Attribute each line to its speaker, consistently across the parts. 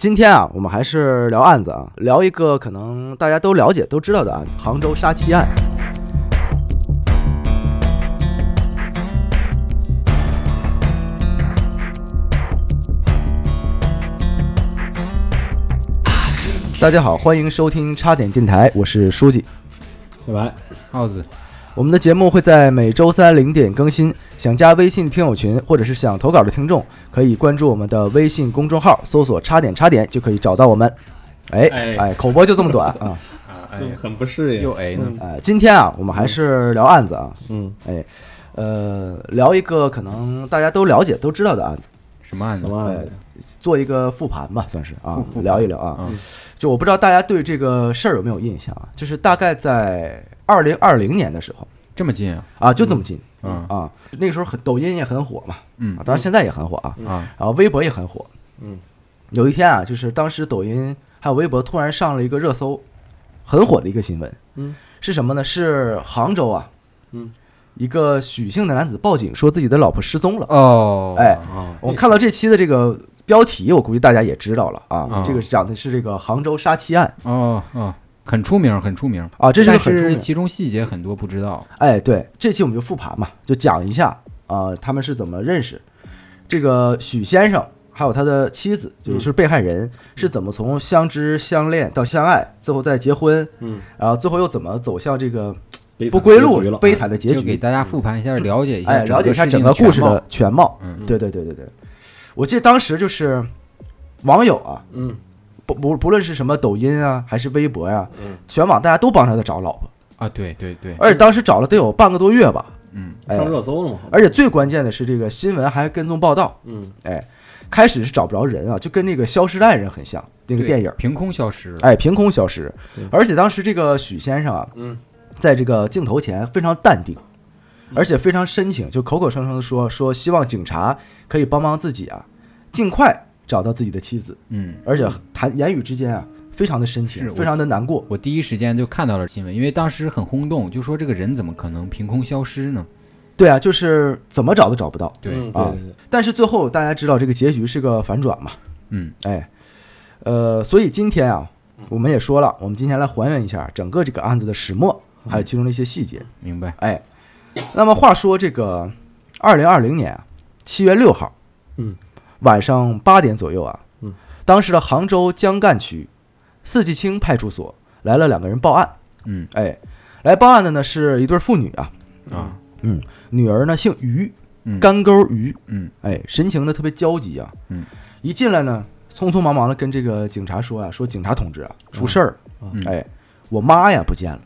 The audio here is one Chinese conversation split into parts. Speaker 1: 今天啊，我们还是聊案子啊，聊一个可能大家都了解、都知道的案子——杭州杀妻案。大家好，欢迎收听插点电台，我是书记。
Speaker 2: 拜拜。
Speaker 3: 耗子，
Speaker 1: 我们的节目会在每周三零点更新。想加微信听友群或者是想投稿的听众，可以关注我们的微信公众号，搜索“插点插点”就可以找到我们。哎
Speaker 2: 哎
Speaker 1: 哎，口播就这么 短啊！
Speaker 2: 啊，
Speaker 3: 哎
Speaker 2: 就很不适应。
Speaker 3: 又哎 A 呢？
Speaker 1: 呃，今天啊，我们还是聊案子啊，
Speaker 2: 嗯，
Speaker 1: 哎，呃，聊一个可能大家都了解、都知道的案子，
Speaker 3: 什么案啊子
Speaker 2: 什？么啊案子？
Speaker 1: 做一个复盘吧，算是啊
Speaker 3: 复复，盘
Speaker 1: 聊一聊啊。
Speaker 3: 啊，
Speaker 1: 就我不知道大家对这个事儿有没有印象啊？就是大概在二零二零年的时候
Speaker 3: 这么近啊？
Speaker 1: 啊，就这么近
Speaker 3: 嗯
Speaker 1: 啊，那个时候很抖音也很火嘛，
Speaker 3: 嗯
Speaker 1: 啊当然现在也很火啊，
Speaker 3: 啊，
Speaker 1: 然后微博也很火。
Speaker 2: 嗯，
Speaker 1: 有一天啊，就是当时抖音还有微博突然上了一个热搜，很火的一个新闻。
Speaker 2: 嗯，
Speaker 1: 是什么呢？是杭州啊，
Speaker 2: 嗯，
Speaker 1: 一个许姓的男子报警说自己的老婆失踪了。
Speaker 3: 哦，
Speaker 1: 哎，
Speaker 2: 啊，
Speaker 1: 我看到这期的这个标题，我估计大家也知道了啊。
Speaker 3: 嗯
Speaker 1: 这个讲的是这个杭州杀妻案
Speaker 3: 哦哦，很出名，很出名。
Speaker 1: 啊，这是个
Speaker 3: 但
Speaker 1: 很出
Speaker 3: 是
Speaker 1: 名。
Speaker 3: 其中细节很多不知道。
Speaker 1: 哎，对，这期我们就复盘嘛，就讲一下啊、他们是怎么认识这个许先生，还有他的妻子，就也
Speaker 2: 嗯
Speaker 1: 就是被害人、是怎么从相知、相恋到相爱，最后再结婚，
Speaker 2: 嗯，
Speaker 1: 然后最后又怎么走向这个
Speaker 2: 悲惨
Speaker 1: 不归路
Speaker 2: 结局了，嗯
Speaker 1: 悲惨的结
Speaker 3: 就给
Speaker 1: 局。
Speaker 3: 大家复盘一下，了解一下，
Speaker 1: 哎，了解一下整个故事的全貌。
Speaker 3: 嗯
Speaker 1: 对对对对对，我记得当时就是网友啊，
Speaker 2: 嗯，
Speaker 1: 不不不论是什么抖音啊，还是微博呀、
Speaker 2: 嗯哎
Speaker 1: 全网大家都帮着他找老婆，
Speaker 3: 啊，对对对，
Speaker 1: 而且当时找了得有半个多月吧。
Speaker 3: 嗯，
Speaker 1: 哎
Speaker 2: 上热搜了嘛？
Speaker 1: 而且最关键的是，这个新闻还跟踪报道。
Speaker 2: 嗯，
Speaker 1: 哎，开始是找不着人啊，就跟那个《消失的爱人》很像，那个
Speaker 3: 对
Speaker 1: 电影儿，
Speaker 3: 凭空消失了。
Speaker 1: 哎，凭空消失
Speaker 2: 对。
Speaker 1: 而且当时这个许先生啊，
Speaker 2: 嗯，
Speaker 1: 在这个镜头前非常淡定，
Speaker 3: 嗯
Speaker 1: 而且非常深情，就口口声声的说说希望警察可以帮帮自己啊，尽快找到自己的妻子，
Speaker 3: 嗯，
Speaker 1: 而且谈言语之间啊，非常的深
Speaker 3: 是
Speaker 1: 情，
Speaker 3: 我
Speaker 1: 非常的难过。
Speaker 3: 我第一时间就看到了新闻，因为当时很轰动，就说这个人怎么可能凭空消失呢？
Speaker 1: 对啊，就是怎么找都找不到。
Speaker 3: 对，
Speaker 2: 嗯
Speaker 1: 啊
Speaker 2: 对对对，
Speaker 1: 但是最后大家知道这个结局是个反转嘛，
Speaker 3: 嗯，
Speaker 1: 哎，呃，所以今天啊，我们也说了，我们今天来还原一下整个这个案子的始末，还有其中的一些细节。
Speaker 3: 明白。
Speaker 1: 哎，那么话说这个二零二零年七月六号，
Speaker 2: 嗯，
Speaker 1: 晚上八点左右啊，
Speaker 2: 嗯，
Speaker 1: 当时的杭州江干区四季青派出所来了两个人报案，
Speaker 3: 嗯
Speaker 1: 哎，来报案的呢是一对父女啊，
Speaker 3: 啊，
Speaker 1: 嗯，女儿呢姓于，
Speaker 3: 嗯
Speaker 1: 干沟于，
Speaker 3: 嗯
Speaker 1: 哎，神情呢特别焦急啊。
Speaker 3: 嗯，
Speaker 1: 一进来呢，匆匆忙忙的跟这个警察说啊，说警察同志啊，出事儿了，
Speaker 3: 嗯
Speaker 1: 哎，我妈呀不见了，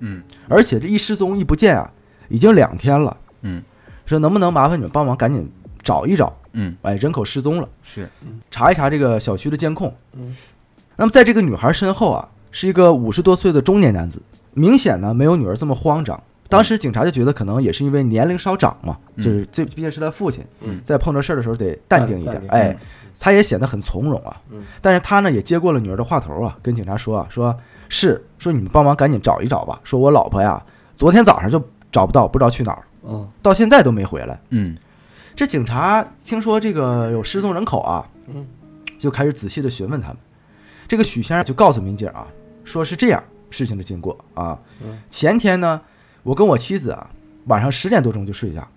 Speaker 3: 嗯
Speaker 1: 而且这一失踪一不见啊，已经两天了，
Speaker 3: 嗯
Speaker 1: 说能不能麻烦你们帮忙赶紧找一找，
Speaker 3: 嗯，
Speaker 1: 哎，人口失踪了，
Speaker 3: 是
Speaker 1: 查一查这个小区的监控。
Speaker 2: 嗯，
Speaker 1: 那么在这个女孩身后啊，是一个五十多岁的中年男子，明显呢没有女儿这么慌张。当时警察就觉得可能也是因为年龄稍长嘛，
Speaker 3: 嗯
Speaker 1: 就是最毕竟是他父亲，
Speaker 2: 嗯
Speaker 1: 在碰着事儿的时候得淡定一
Speaker 2: 淡
Speaker 1: 点，
Speaker 2: 定
Speaker 1: 哎，他也显得很从容啊。
Speaker 2: 嗯
Speaker 1: 但是他呢也接过了女儿的话头啊，跟警察说啊，说是说你们帮忙赶紧找一找吧，说我老婆呀昨天早上就找不到，不知道去哪儿了，
Speaker 2: 啊，
Speaker 1: 到现在都没回来。
Speaker 3: 嗯
Speaker 1: 这警察听说这个有失踪人口啊，
Speaker 2: 嗯，
Speaker 1: 就开始仔细的询问他们。这个许先生就告诉民警啊，说是这样事情的经过啊
Speaker 2: 嗯，
Speaker 1: 前天呢，我跟我妻子啊，晚上十点多钟就睡觉，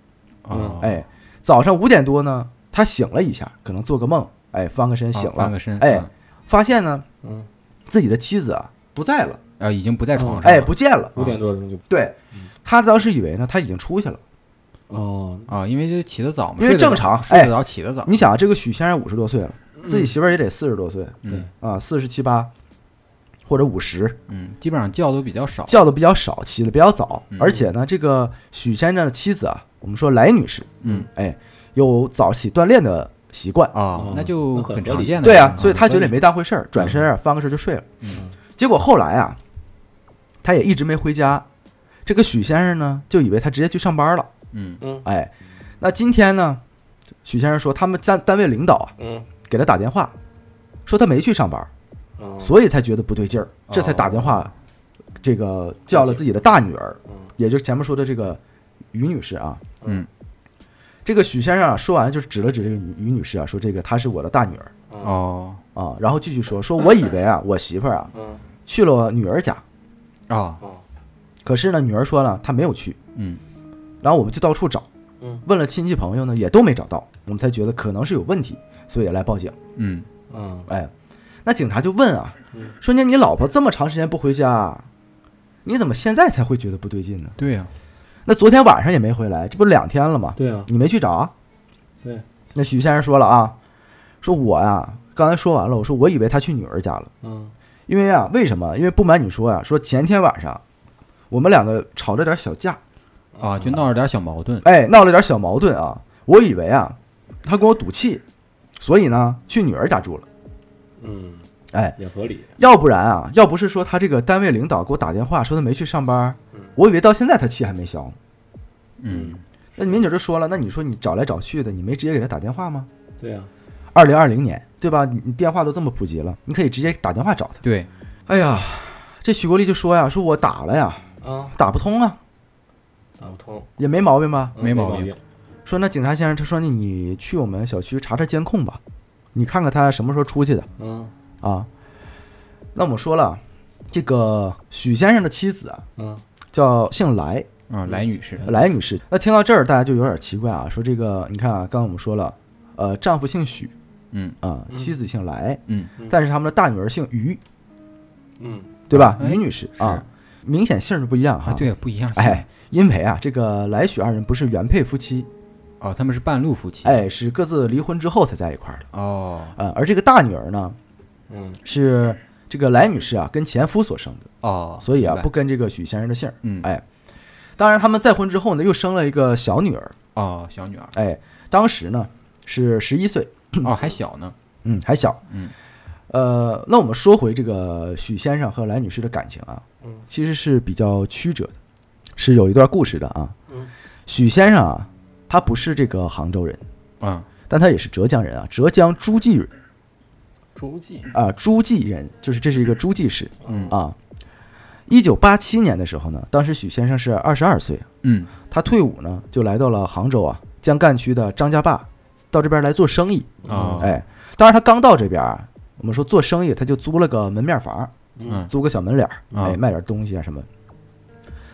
Speaker 3: 哦，
Speaker 1: 哎，早上五点多呢，她醒了一下，可能做个梦，哎，翻个身
Speaker 3: 啊
Speaker 1: 醒
Speaker 3: 翻
Speaker 1: 了，
Speaker 3: 个身，
Speaker 1: 哎
Speaker 3: 啊
Speaker 1: 发现呢
Speaker 2: 嗯，
Speaker 1: 自己的妻子啊不在了，
Speaker 3: 啊，已经不在床上了，
Speaker 1: 哎，不见了。
Speaker 2: 嗯五点多钟就
Speaker 1: 对，他当时以为呢他已经出去了。
Speaker 2: 哦，
Speaker 3: 啊，因为就起得早嘛，
Speaker 1: 因为
Speaker 3: 睡得
Speaker 1: 正
Speaker 3: 早
Speaker 1: 常
Speaker 3: 睡
Speaker 1: 哎
Speaker 3: 得早，起得早，
Speaker 1: 你想啊，这个许先生五十多岁了，自己媳妇儿也得四十多岁，
Speaker 3: 嗯
Speaker 2: 对
Speaker 1: 啊，四十七八或者五十，
Speaker 3: 嗯，基本上觉都比较少，
Speaker 1: 叫的比较少，起的比较早，
Speaker 3: 嗯
Speaker 1: 而且呢，这个许先生的妻子啊，我们说来女士，
Speaker 3: 嗯，
Speaker 1: 哎，有早起锻炼的习惯，
Speaker 3: 啊，那
Speaker 2: 那
Speaker 3: 就
Speaker 2: 很
Speaker 3: 很
Speaker 2: 合
Speaker 3: 常
Speaker 2: 理
Speaker 3: 见
Speaker 1: 哦
Speaker 3: 的
Speaker 1: 对
Speaker 3: 事
Speaker 1: 啊
Speaker 3: 儿，
Speaker 1: 所以他觉得也
Speaker 3: 所
Speaker 1: 没当回事儿，转身啊翻个身就睡了。
Speaker 3: 嗯
Speaker 1: 结果后来啊，他也一直没回家，这个许先生呢就以为他直接去上班了，
Speaker 3: 嗯
Speaker 2: 嗯
Speaker 1: 哎，那今天呢，许先生说他们单单位领导啊
Speaker 2: 嗯
Speaker 1: 给他打电话，说他没去上班。
Speaker 2: 嗯，
Speaker 1: 所以才觉得不对劲儿，
Speaker 2: 哦
Speaker 1: 这才打电话，这个叫了自己的大女儿
Speaker 2: 嗯，
Speaker 1: 也就是前面说的这个于女士啊。
Speaker 3: 嗯
Speaker 1: 这个许先生啊，说完就是指了指这个于于女士啊，说这个她是我的大女儿。
Speaker 2: 嗯
Speaker 3: 哦，
Speaker 1: 啊、然后继续说，说我以 为啊，我媳妇儿啊
Speaker 2: 嗯
Speaker 1: 去了女儿家，
Speaker 3: 啊，
Speaker 2: 哦
Speaker 1: 可是呢，女儿说了她没有去，
Speaker 3: 嗯
Speaker 1: 然后我们就到处找，
Speaker 2: 嗯
Speaker 1: 问了亲戚朋友呢，也都没找到，我们才觉得可能是有问题，所以来报警。
Speaker 3: 嗯
Speaker 2: 嗯
Speaker 1: 哎，那警察就问啊
Speaker 2: 嗯，
Speaker 1: 说你你老婆这么长时间不回家，啊你怎么现在才会觉得不对劲呢？
Speaker 3: 对呀、
Speaker 1: 那昨天晚上也没回来，这不两天了吗？
Speaker 2: 对啊
Speaker 1: 你没去找啊？
Speaker 2: 对
Speaker 1: 那许先生说了啊，说我呀、刚才说完了，我说我以为他去女儿家了，
Speaker 2: 嗯
Speaker 1: 因为啊，为什么？因为不瞒你说呀、说前天晚上我们两个吵了点小架，
Speaker 3: 啊，就闹了点小矛盾，
Speaker 1: 哎，闹了点小矛盾啊。我以为啊，他跟我赌气，所以呢去女儿家住了。
Speaker 2: 嗯
Speaker 1: 哎，
Speaker 2: 也合理
Speaker 1: 要不然啊，要不是说他这个单位领导给我打电话说他没去上班
Speaker 2: 嗯，
Speaker 1: 我以为到现在他气还没消呢。
Speaker 3: 嗯
Speaker 1: 那民警就说了，那你说你找来找去的，你没直接给他打电话吗？
Speaker 2: 对啊
Speaker 1: 二零二零年，对吧？你你电话都这么普及了，你可以直接打电话找他。
Speaker 3: 对，
Speaker 1: 哎呀，这许国立就说呀，说我打了呀，
Speaker 2: 啊
Speaker 1: 打不通啊，
Speaker 2: 打不通
Speaker 1: 也没毛病吧？
Speaker 2: 嗯
Speaker 3: 没毛
Speaker 2: 毛
Speaker 3: 病
Speaker 1: 说那警察先生，他说你你去我们小区查查监控吧，你看看他什么时候出去的
Speaker 2: 嗯
Speaker 1: 啊。那我们说了，这个许先生的妻子啊，
Speaker 2: 嗯
Speaker 1: 叫姓来，
Speaker 3: 啊，来女士，
Speaker 1: 来女士。那听到这儿，大家就有点奇怪啊，说这个你看啊，刚刚我们说了，呃，丈夫姓许
Speaker 3: 嗯
Speaker 1: 啊、
Speaker 2: 嗯
Speaker 1: 妻子姓来，
Speaker 3: 嗯，
Speaker 2: 嗯
Speaker 1: 但是他们的大女儿姓于，
Speaker 2: 嗯
Speaker 1: 对吧？
Speaker 3: 哎
Speaker 1: 于女士
Speaker 3: 是
Speaker 1: 啊，明显姓儿就不一样哈。
Speaker 3: 啊，，对，不一样，
Speaker 1: 哎，，因为啊，这个来许二人不是原配夫妻，
Speaker 3: 哦，他们是半路夫妻，
Speaker 1: 哎，是各自离婚之后才在一块儿的。
Speaker 3: 哦
Speaker 1: 呃，而这个大女儿呢，
Speaker 2: 嗯
Speaker 1: 是这个来女士啊跟前夫所生的，
Speaker 3: 哦，
Speaker 1: 所以啊
Speaker 3: 明白
Speaker 1: 不，跟这个许先生的姓儿。
Speaker 3: 嗯，
Speaker 1: 哎，当然他们再婚之后呢，又生了一个小女儿，
Speaker 3: 哦，小女儿，
Speaker 1: 哎，当时呢是十一岁，
Speaker 3: 哦，还小呢，
Speaker 1: 嗯，还小。
Speaker 3: 嗯，
Speaker 1: 呃，那我们说回这个许先生和来女士的感情啊，
Speaker 2: 嗯
Speaker 1: 其实是比较曲折的，是有一段故事的啊。
Speaker 2: 嗯
Speaker 1: 许先生啊，他不是这个杭州人，
Speaker 3: 嗯，
Speaker 1: 但他也是浙江人啊，浙江诸暨人
Speaker 2: 周记
Speaker 1: 啊、诸暨人就是这是一个诸暨市
Speaker 3: 嗯
Speaker 1: 啊。一九八七年的时候呢，当时许先生是二十二岁，
Speaker 3: 嗯，
Speaker 1: 他退伍呢就来到了杭州啊江干区的张家坝，到这边来做生意。
Speaker 3: 哦，
Speaker 1: 哎，当然他刚到这边啊，我们说做生意，他就租了个门面房，
Speaker 2: 嗯
Speaker 1: 租个小门脸儿，
Speaker 3: 啊
Speaker 1: 哎，卖点东西啊什么。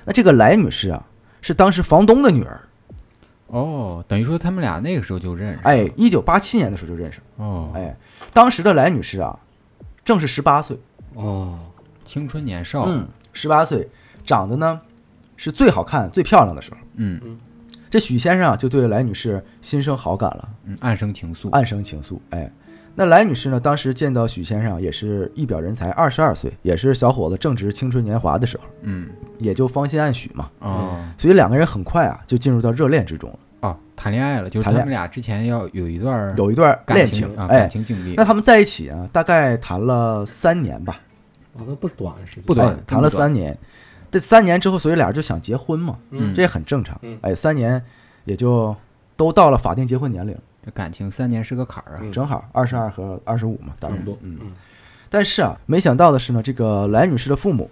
Speaker 1: 那这个来女士啊，是当时房东的女儿，
Speaker 3: 哦，等于说他们俩那个时候就认识，
Speaker 1: 哎，一九八七年的时候就认识了，
Speaker 3: 哦，
Speaker 1: 哎，当时的来女士啊，正是十八岁，
Speaker 3: 嗯
Speaker 2: 哦
Speaker 3: 青春年少，
Speaker 1: 嗯，十八岁，长得呢是最好看、最漂亮的时候。
Speaker 3: 嗯
Speaker 1: 这许先生啊，就对来女士心生好感了，
Speaker 3: 嗯，暗生情愫，
Speaker 1: 暗生情愫。哎，那来女士呢，当时见到许先生啊也是一表人才，二十二岁，也是小伙子正值青春年华的时候，
Speaker 3: 嗯，
Speaker 1: 也就芳心暗许嘛。
Speaker 3: 哦
Speaker 1: 所以两个人很快啊就进入到热恋之中了，
Speaker 3: 哦，谈恋爱了，就是
Speaker 1: 谈
Speaker 3: 他
Speaker 1: 恋
Speaker 3: 们俩之前要有一段
Speaker 1: 有一段
Speaker 3: 嗯感
Speaker 1: 恋
Speaker 3: 情啊，
Speaker 1: 哎
Speaker 3: 感，情经历
Speaker 1: 那，他们在一起啊，大概谈了三年吧，
Speaker 2: 哦那不是短时间
Speaker 3: 不短
Speaker 1: 哎
Speaker 3: 真
Speaker 1: 谈了三年。这三年之后，所以俩人就想结婚嘛，
Speaker 2: 嗯
Speaker 1: 这也很正常
Speaker 2: 嗯。
Speaker 1: 哎，三年也就都到了法定结婚年龄，
Speaker 3: 这感情三年是个坎儿啊，
Speaker 2: 嗯
Speaker 1: 正好二十二和二十五嘛，大概
Speaker 2: 差不多
Speaker 1: 嗯。
Speaker 2: 嗯
Speaker 1: 但是啊，没想到的是呢，这个来女士的父母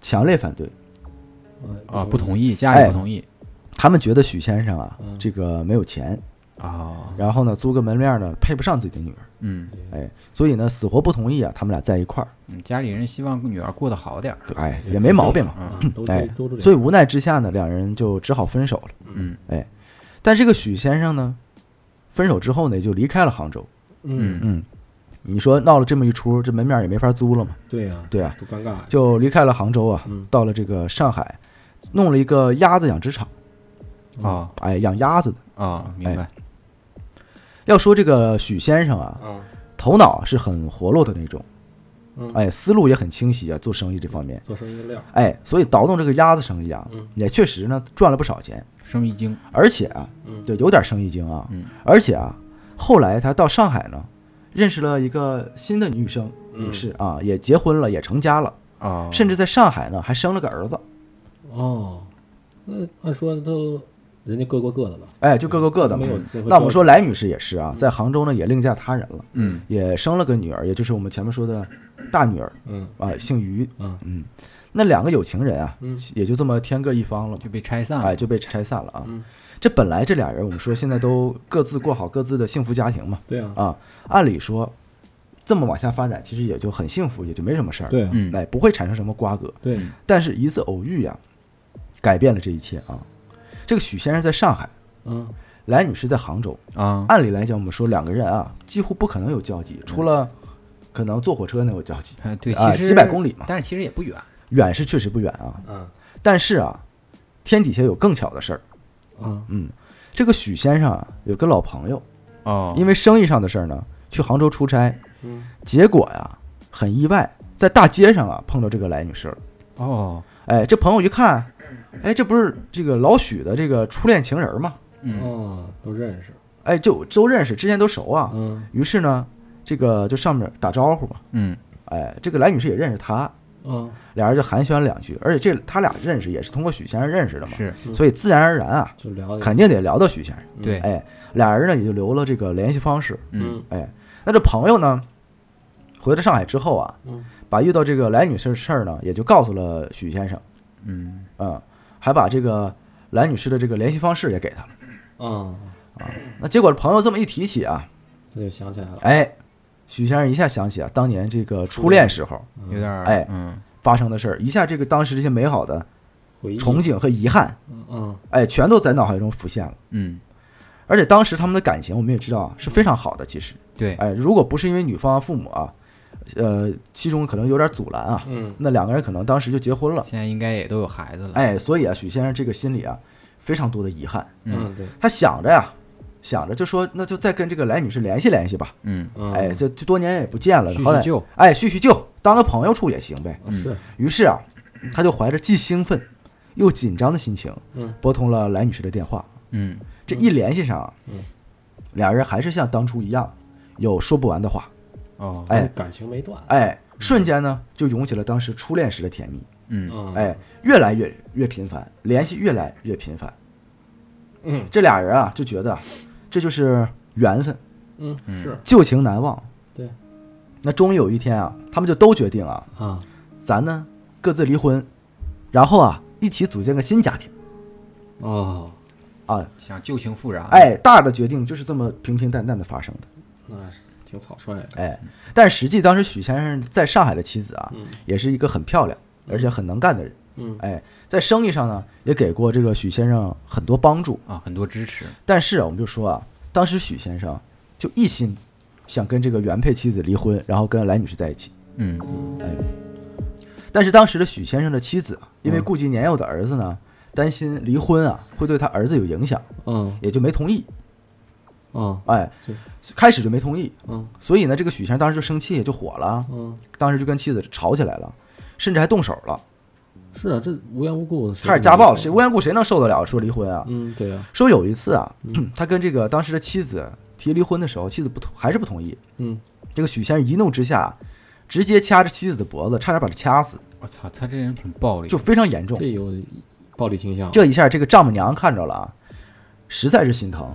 Speaker 1: 强烈反对，
Speaker 3: 啊，
Speaker 2: 嗯
Speaker 3: 不同意，家里
Speaker 1: 哎
Speaker 3: 不同意，
Speaker 1: 他们觉得许先生啊
Speaker 2: 嗯，
Speaker 1: 这个没有钱，
Speaker 3: 哦，
Speaker 1: 然后呢，租个门面呢，配不上自己的女儿，
Speaker 3: 嗯
Speaker 1: 哎，所以呢，死活不同意啊，他们俩在一块儿，
Speaker 3: 嗯，家里人希望女儿过得好点儿，
Speaker 1: 哎，也没毛病嘛。
Speaker 2: 啊都
Speaker 1: 哎
Speaker 2: 都都这
Speaker 1: 所以
Speaker 2: 以
Speaker 1: 无奈之下呢，两人就只好分手了。哎
Speaker 3: 嗯
Speaker 1: 但这个许先生呢，分手之后呢，也就离开了杭州。
Speaker 2: 嗯
Speaker 1: 嗯，你说闹了这么一出，这门面也没法租了嘛，
Speaker 2: 对呀
Speaker 1: 对啊，
Speaker 2: 多尴尬呀
Speaker 1: 就离开了杭州啊，
Speaker 2: 嗯
Speaker 1: 到了这个上海，弄了一个鸭子养殖场，
Speaker 3: 哦
Speaker 1: 哎，养鸭子的。
Speaker 3: 哦，明
Speaker 1: 哎
Speaker 3: 白，
Speaker 1: 要说这个许先生啊，
Speaker 2: 啊
Speaker 1: 头脑是很活络的那种，
Speaker 2: 嗯
Speaker 1: 哎，思路也很清晰啊，做生意这方面，
Speaker 2: 做生意的料
Speaker 1: 哎，所以倒腾这个鸭子生意啊
Speaker 2: 嗯，
Speaker 1: 也确实呢赚了不少钱，
Speaker 3: 生意经，
Speaker 1: 而且啊，
Speaker 2: 嗯
Speaker 1: 对，有点生意经啊，
Speaker 3: 嗯
Speaker 1: 而且啊，后来他到上海呢，认识了一个新的女生，
Speaker 2: 嗯
Speaker 1: 女士啊，也结婚了，也成家了，
Speaker 3: 哦，
Speaker 1: 甚至在上海呢还生了个儿子，
Speaker 2: 哦，那按说都人家各过各的了，
Speaker 1: 哎，就各过各的嘛
Speaker 2: 没。有机会。
Speaker 1: 那我们说，来女士也是啊，在杭州呢也另嫁他人了，
Speaker 3: 嗯
Speaker 1: 也生了个女儿，也就是我们前面说的大女儿
Speaker 2: 嗯
Speaker 1: 啊，姓于。
Speaker 2: 嗯
Speaker 1: 嗯，那两个有情人啊，
Speaker 2: 嗯
Speaker 1: 也就这么天各一方了嘛，
Speaker 3: 就被拆散了，
Speaker 1: 哎，就被拆散了啊。
Speaker 2: 嗯，
Speaker 1: 这本来这俩人我们说现在都各自过好各自的幸福家庭嘛，
Speaker 2: 对啊，
Speaker 1: 啊，按理说这么往下发展，其实也就很幸福，也就没什么事儿，
Speaker 2: 对啊
Speaker 3: 嗯
Speaker 1: 哎，不会产生什么瓜葛。
Speaker 2: 对，
Speaker 1: 但是，一次偶遇呀、改变了这一切啊。这个许先生在上海，
Speaker 2: 嗯，
Speaker 1: 来女士在杭州。
Speaker 3: 啊，
Speaker 1: 按理来讲，我们说两个人啊，几乎不可能有交集，除了可能坐火车能有交集，
Speaker 3: 啊对，
Speaker 1: 啊
Speaker 3: 其实
Speaker 1: 700公里嘛
Speaker 3: 但是其实也不远，
Speaker 1: 远是确实不远啊。
Speaker 2: 啊
Speaker 1: 但是啊，天底下有更巧的事儿。
Speaker 2: 啊，
Speaker 1: 嗯，这个许先生啊，有个老朋友，
Speaker 3: 哦，
Speaker 1: 因
Speaker 3: 为
Speaker 1: 为生意上的事儿呢，去杭州出差，
Speaker 2: 嗯，
Speaker 1: 结果呀，很意外，在大街上啊碰到这个来女士了。
Speaker 3: 哦，
Speaker 1: 哎，这朋友一看，哎，这不是这个老许的这个初恋情人吗？
Speaker 3: 嗯，
Speaker 2: 哦，都认识，
Speaker 1: 哎，就都认识，之前都熟啊。
Speaker 2: 嗯，
Speaker 1: 于是呢，这个就上面打招呼嘛。
Speaker 3: 嗯，
Speaker 1: 哎，这个来女士也认识他，
Speaker 2: 嗯，
Speaker 1: 俩人就寒暄两句。而且这他俩认识也是通过许先生认识的嘛，
Speaker 3: 是
Speaker 2: 嗯
Speaker 1: 所以自然而然啊，
Speaker 2: 就聊一
Speaker 1: 肯定得聊到许先生。
Speaker 3: 对，
Speaker 1: 哎，俩人呢也就留了这个联系方式。
Speaker 3: 嗯，
Speaker 2: 嗯
Speaker 1: 哎，那这朋友呢，回到上海之后啊，
Speaker 2: 嗯
Speaker 1: 把遇到这个来女士的事儿呢，也就告诉了许先生，
Speaker 3: 嗯，
Speaker 1: 嗯，还把这个来女士的这个联系方式也给他了。
Speaker 2: 啊，
Speaker 1: 那结果朋友这么一提起啊，
Speaker 2: 这就想起来了，
Speaker 1: 哎，许先生一下想起啊，当年这个初恋时候
Speaker 2: 嗯
Speaker 3: 有点儿
Speaker 1: 哎
Speaker 3: 嗯，
Speaker 1: 发生的事儿，一下这个当时这些美好的
Speaker 2: 回忆，
Speaker 1: 憧憬和遗憾，
Speaker 2: 嗯，
Speaker 1: 哎，全都在脑海中浮现了。
Speaker 3: 嗯，
Speaker 1: 而且当时他们的感情，我们也知道啊，是非常好的。其实，
Speaker 3: 对，
Speaker 1: 哎，如果不是因为女方父母啊，呃，其中可能有点阻拦啊，
Speaker 2: 嗯
Speaker 1: 那两个人可能当时就结婚了。
Speaker 3: 现在应该也都有孩子了，
Speaker 1: 哎，所以啊，许先生这个心里啊，非常多的遗憾。
Speaker 2: 嗯，对，
Speaker 1: 他想着呀，想着就说，那就再跟这个来女士联系联系吧。
Speaker 3: 嗯，
Speaker 2: 嗯
Speaker 1: 哎，这这多年也不见了，
Speaker 3: 叙
Speaker 1: 好
Speaker 3: 叙
Speaker 1: 歹
Speaker 3: 旧，
Speaker 1: 哎叙叙旧，当个朋友处也行呗。
Speaker 2: 是，
Speaker 1: 于是啊，他就怀着既兴奋又紧张的心情，
Speaker 2: 嗯，
Speaker 1: 拨通了来女士的电话。
Speaker 3: 嗯，
Speaker 1: 这一联系上啊
Speaker 2: 嗯，
Speaker 1: 俩人还是像当初一样，有说不完的话。
Speaker 3: 哦，
Speaker 1: 哎
Speaker 2: 感情没断，
Speaker 1: 哎，瞬间呢就涌起了当时初恋时的甜蜜。
Speaker 3: 嗯，
Speaker 2: 嗯，
Speaker 1: 哎，，越来越越频繁，联系越来越频繁。
Speaker 2: 嗯
Speaker 1: 这俩人啊就觉得啊这就是缘分，
Speaker 2: 嗯，是，
Speaker 1: 旧情难忘。
Speaker 2: 对，
Speaker 1: 那终于有一天啊，他们就都决定啊，
Speaker 2: 啊，
Speaker 1: 咱呢各自离婚，然后啊一起组建个新家庭
Speaker 2: 哦，
Speaker 1: 啊。
Speaker 3: 想旧情复燃，，
Speaker 1: 哎，大的决定就是这么平平淡淡的发生的。
Speaker 2: 那是挺草率的，
Speaker 1: 哎，但实际当时许先生在上海的妻子啊，
Speaker 2: 嗯
Speaker 1: 也是一个很漂亮而且很能干的人。
Speaker 2: 嗯
Speaker 1: 哎，在生意上呢，也给过这个许先生很多帮助。
Speaker 3: 啊，很多支持，
Speaker 1: 但是啊，我们就说啊，当时许先生就一心想跟这个原配妻子离婚，然后跟来女士在一起。
Speaker 3: 嗯，
Speaker 1: 哎，但是当时的许先生的妻子啊，因为顾及年幼的儿子呢，担心离婚啊会对他儿子有影响，
Speaker 2: 嗯
Speaker 1: 也就没同意。
Speaker 2: 嗯
Speaker 1: 哎
Speaker 2: 是，
Speaker 1: 开始就没同意，
Speaker 2: 嗯
Speaker 1: 所以呢，这个许先生当时就生气，也就火了，
Speaker 2: 嗯，
Speaker 1: 当时就跟妻子吵起来了，甚至还动手了，
Speaker 2: 是啊，这无缘无故的
Speaker 1: 差点家暴了。谁无缘故谁能受得了说离婚啊？
Speaker 2: 嗯，对呀，
Speaker 1: 说有一次啊， 他跟这个当时的妻子提离婚的时候，妻子不同还是不同意，
Speaker 2: 嗯，
Speaker 1: 这个许先生一怒之下，直接掐着妻子的脖子，差点把她掐死，
Speaker 3: 我操，他这人挺暴力，
Speaker 1: 就非常严重。
Speaker 2: 这有暴力倾向，
Speaker 1: 这一下，这个丈母娘看着了啊，实在是心疼，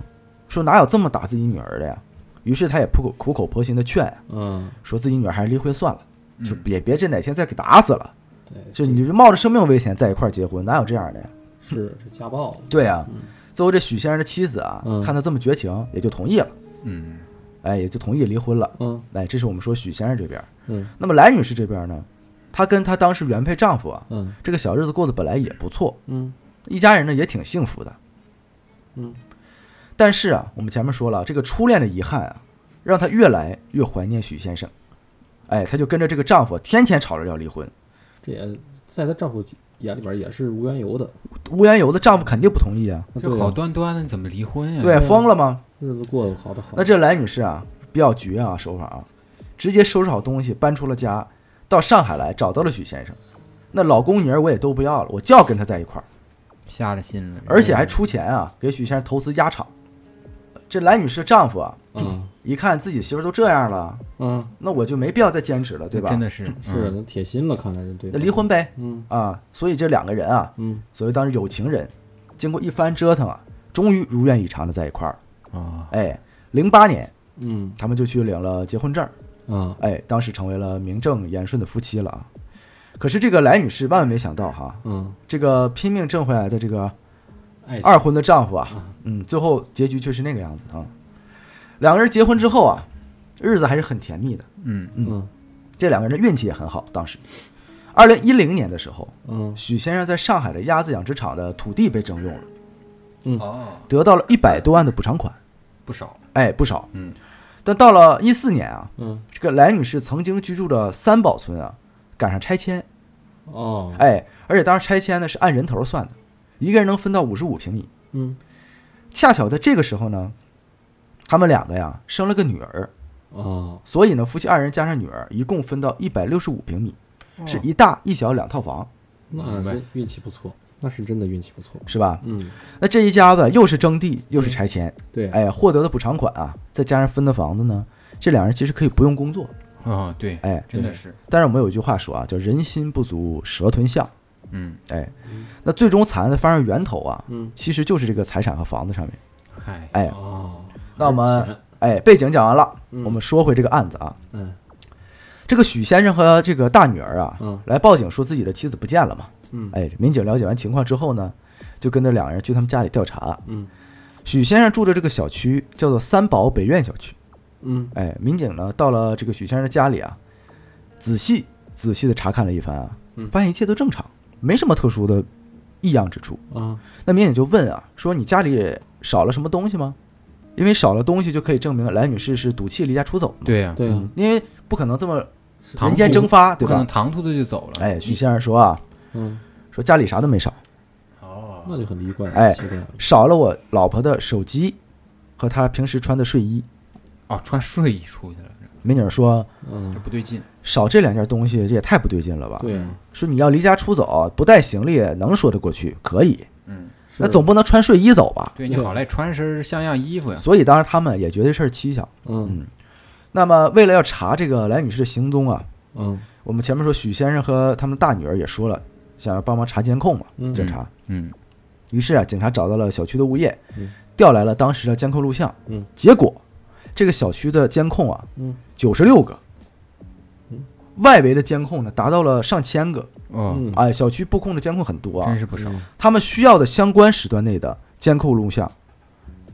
Speaker 1: 说哪有这么打自己女儿的呀？于是她也苦口苦口婆心的劝，
Speaker 2: 嗯，
Speaker 1: 说自己女儿还是离婚算了，就别别这哪天再给打死了，
Speaker 2: 对，嗯
Speaker 1: 就你冒着生命危险在一块儿结婚，哪有这样的呀？
Speaker 2: 是是家暴，
Speaker 1: 对啊，最后这许先生的妻子啊，
Speaker 2: 嗯
Speaker 1: 看他这么绝情，也就同意了，
Speaker 3: 嗯，
Speaker 1: 哎，也就同意离婚了。
Speaker 2: 嗯
Speaker 1: 哎，这是我们说许先生这边。
Speaker 2: 嗯
Speaker 1: 那么来女士这边呢，她跟她当时原配丈夫啊，
Speaker 2: 嗯
Speaker 1: 这个小日子过得本来也不错，
Speaker 2: 嗯
Speaker 1: 一家人呢也挺幸福的。
Speaker 2: 嗯，
Speaker 1: 但是啊，我们前面说了，这个初恋的遗憾啊，让她越来越怀念许先生。哎，她就跟着这个丈夫天天吵着要离婚，
Speaker 2: 这也在她丈夫眼里边也是无缘由的，
Speaker 1: 无缘由的丈夫肯定不同意啊，
Speaker 2: 那
Speaker 3: 这
Speaker 2: 对啊
Speaker 3: 好端端的怎么离婚呀？
Speaker 1: 对，啊疯了吗？
Speaker 2: 日子过得好的好，
Speaker 1: 那这来女士啊，比较绝啊，手法啊，直接收拾好东西，搬出了家，到上海来找到了许先生。那老公女儿我也都不要了，我就要跟他在一块儿。
Speaker 3: 下了心了，
Speaker 1: 而且还出钱啊，给许先生投资鸭场。这来女士的丈夫啊，
Speaker 2: 嗯
Speaker 1: 一看自己媳妇儿都这样了，
Speaker 2: 嗯
Speaker 1: 那我就没必要再坚持了，对吧？
Speaker 3: 真的是
Speaker 2: 是，那铁心了，看来是对
Speaker 1: 那离婚呗
Speaker 2: 嗯
Speaker 1: 啊！所以这两个人啊，
Speaker 2: 嗯
Speaker 1: 所谓当时有情人，经过一番折腾啊，终于如愿以偿的在一块儿了。
Speaker 3: 啊，
Speaker 1: 哎，零八年
Speaker 2: 嗯
Speaker 1: 他们就去领了结婚证儿，
Speaker 2: 啊
Speaker 1: 哎，当时成为了名正言顺的夫妻了啊。可是这个来女士万万没想到哈，
Speaker 2: 嗯，
Speaker 1: 这个拼命挣回来的这个
Speaker 2: 爱情
Speaker 1: 二婚的丈夫啊
Speaker 2: 啊，
Speaker 1: 嗯，最后结局却是那个样子啊。两个人结婚之后啊，日子还是很甜蜜的。
Speaker 3: 嗯
Speaker 2: 嗯
Speaker 1: 这两个人的运气也很好，当时。二零一零年的时候，
Speaker 2: 嗯
Speaker 1: 许先生在上海的鸭子养殖场的土地被征用了，
Speaker 3: 哦，
Speaker 1: 得到了一百多万的补偿款，
Speaker 3: 不少，
Speaker 1: 哎，不少。
Speaker 3: 嗯，
Speaker 1: 但到了一四年啊，
Speaker 2: 嗯
Speaker 1: 这个莱女士曾经居住的三堡村啊，赶上拆迁，
Speaker 2: 哦
Speaker 1: 哎，而且当时拆迁呢是按人头算的，一个人能分到五十五平米。
Speaker 2: 嗯
Speaker 1: 恰巧在这个时候呢，他们两个呀生了个女儿，
Speaker 2: 哦
Speaker 1: 所以呢夫妻二人加上女儿，一共分到一百六十五平米，是
Speaker 3: 哦
Speaker 1: 一大一小两套房，
Speaker 2: 那
Speaker 3: 明白
Speaker 2: 是运气不错，那是真的运气不错。
Speaker 1: 是吧？
Speaker 2: 嗯，
Speaker 1: 那这一家子又是征地又是拆迁，
Speaker 2: 对，
Speaker 1: 哎，获得的补偿款啊，再加上分的房子呢，这两人其实可以不用工作，
Speaker 3: 哦，对，
Speaker 1: 哎。
Speaker 3: 真的
Speaker 2: 对
Speaker 3: 是，
Speaker 1: 但是我们有一句话说啊，叫人心不足蛇吞象，
Speaker 3: 嗯，
Speaker 1: 哎，那最终惨案的发生源头啊，
Speaker 2: 嗯
Speaker 1: 其实就是这个财产和房子上面。
Speaker 3: 嗨，
Speaker 1: 哎，
Speaker 2: 哦，
Speaker 1: 那我
Speaker 2: 还是
Speaker 1: 们
Speaker 2: 钱
Speaker 1: 哎背景讲完了，
Speaker 2: 嗯
Speaker 1: 我们说回这个案子啊，
Speaker 2: 嗯
Speaker 1: 这个许先生和这个大女儿啊，
Speaker 2: 嗯
Speaker 1: 来报警说自己的妻子不见了嘛。
Speaker 2: 嗯
Speaker 1: 哎，民警了解完情况之后呢，就跟着两人去他们家里调查。
Speaker 2: 嗯
Speaker 1: 许先生住的这个小区叫做三堡北苑小区。
Speaker 2: 嗯
Speaker 1: 哎，民警呢到了这个许先生的家里啊，仔细仔细的查看了一番啊
Speaker 2: 嗯，
Speaker 1: 发现一切都正常，没什么特殊的异样之处。
Speaker 2: 啊
Speaker 1: 那民警就问啊，说你家里少了什么东西吗？因为少了东西就可以证明莱女士是赌气离家出走嘛。
Speaker 3: 对呀，
Speaker 2: 对啊
Speaker 1: 嗯，因为不可能这么
Speaker 3: 唐
Speaker 1: 人间
Speaker 3: 突
Speaker 1: 蒸发，
Speaker 3: 不
Speaker 1: 对
Speaker 3: 可能
Speaker 1: 吧？
Speaker 3: 唐突的就走了，
Speaker 1: 哎，许先生说啊，
Speaker 2: 嗯，
Speaker 1: 说家里啥都没少，
Speaker 3: 哦，
Speaker 2: 那就很奇怪，
Speaker 1: 哎
Speaker 2: 奇怪了，
Speaker 1: 少了我老婆的手机和她平时穿的睡衣。
Speaker 3: 哦，穿睡衣出去了，
Speaker 1: 民警说，
Speaker 3: 这
Speaker 2: 嗯，
Speaker 3: 不对劲，
Speaker 1: 少这两件东西，这也太不对劲了吧？
Speaker 2: 对啊，
Speaker 1: 说你要离家出走，不带行李能说得过去，可以。
Speaker 3: 嗯，
Speaker 1: 那总不能穿睡衣走吧？
Speaker 3: 对你
Speaker 2: 对
Speaker 3: 好赖穿身像样衣服呀，
Speaker 1: 所以当时他们也觉得这事儿蹊跷。
Speaker 2: 嗯
Speaker 1: 那么为了要查这个莱女士的行踪啊，
Speaker 2: 嗯
Speaker 1: 我们前面说许先生和他们大女儿也说了，想要帮忙查监控嘛，
Speaker 2: 嗯
Speaker 1: 警察。
Speaker 3: 嗯，
Speaker 1: 于是啊，警察找到了小区的物业
Speaker 2: 嗯，
Speaker 1: 调来了当时的监控录像。
Speaker 2: 嗯，
Speaker 1: 结果这个小区的监控啊，
Speaker 2: 嗯
Speaker 1: 九十六个
Speaker 2: 嗯，
Speaker 1: 外围的监控呢达到了上千个。
Speaker 3: 哦，
Speaker 2: 嗯
Speaker 1: 哎，小区布控的监控很多
Speaker 3: 真
Speaker 1: 啊，
Speaker 3: 是不少，
Speaker 1: 他们需要的相关时段内的监控录像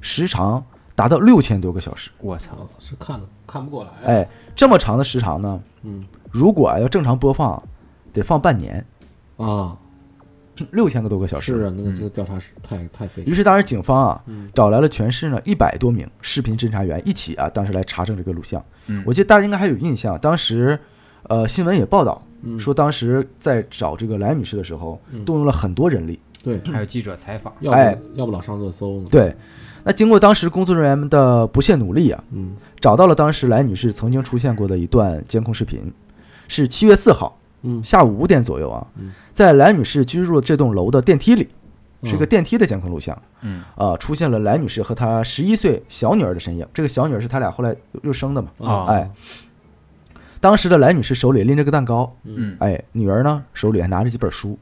Speaker 1: 时长达到六千多个小时。
Speaker 3: 我操，
Speaker 2: 哦是看看不过来，，
Speaker 1: 哎，这么长的时长呢，
Speaker 2: 嗯
Speaker 1: 如果啊要正常播放，得放半年，
Speaker 2: 啊，
Speaker 1: 六千个多个小时。
Speaker 2: 是啊，那这个调查是太太费
Speaker 1: 于
Speaker 2: 事，
Speaker 1: 是当时警方啊，
Speaker 2: 嗯
Speaker 1: 找来了全市呢一百多名视频侦查员一起啊，当时来查证这个录像。
Speaker 3: 嗯，
Speaker 1: 我记得大家应该还有印象，当时呃新闻也报道
Speaker 2: 嗯
Speaker 1: 说，当时在找这个莱女士的时候，
Speaker 2: 嗯
Speaker 1: 动用了很多人力。
Speaker 2: 对，
Speaker 3: 还有记者采访，
Speaker 2: 要
Speaker 1: 哎
Speaker 2: 不要不老上热搜呢，
Speaker 1: 对，那经过当时工作人员们的不懈努力啊，
Speaker 2: 嗯
Speaker 1: 找到了当时莱女士曾经出现过的一段监控视频，是七月四号
Speaker 2: 嗯，
Speaker 1: 下午五点左右啊
Speaker 2: 嗯，
Speaker 1: 在莱女士居住的这栋楼的电梯里，是个
Speaker 2: 嗯
Speaker 1: 电梯的监控录像。
Speaker 3: 嗯，
Speaker 1: 啊、出现了莱女士和她十一岁小女儿的身影。这个小女儿是她俩后来又生的嘛？
Speaker 3: 哦
Speaker 2: 啊
Speaker 1: 哎，当时的莱女士手里拎着个蛋糕，
Speaker 3: 嗯，
Speaker 1: 哎，女儿呢手里还拿着几本书，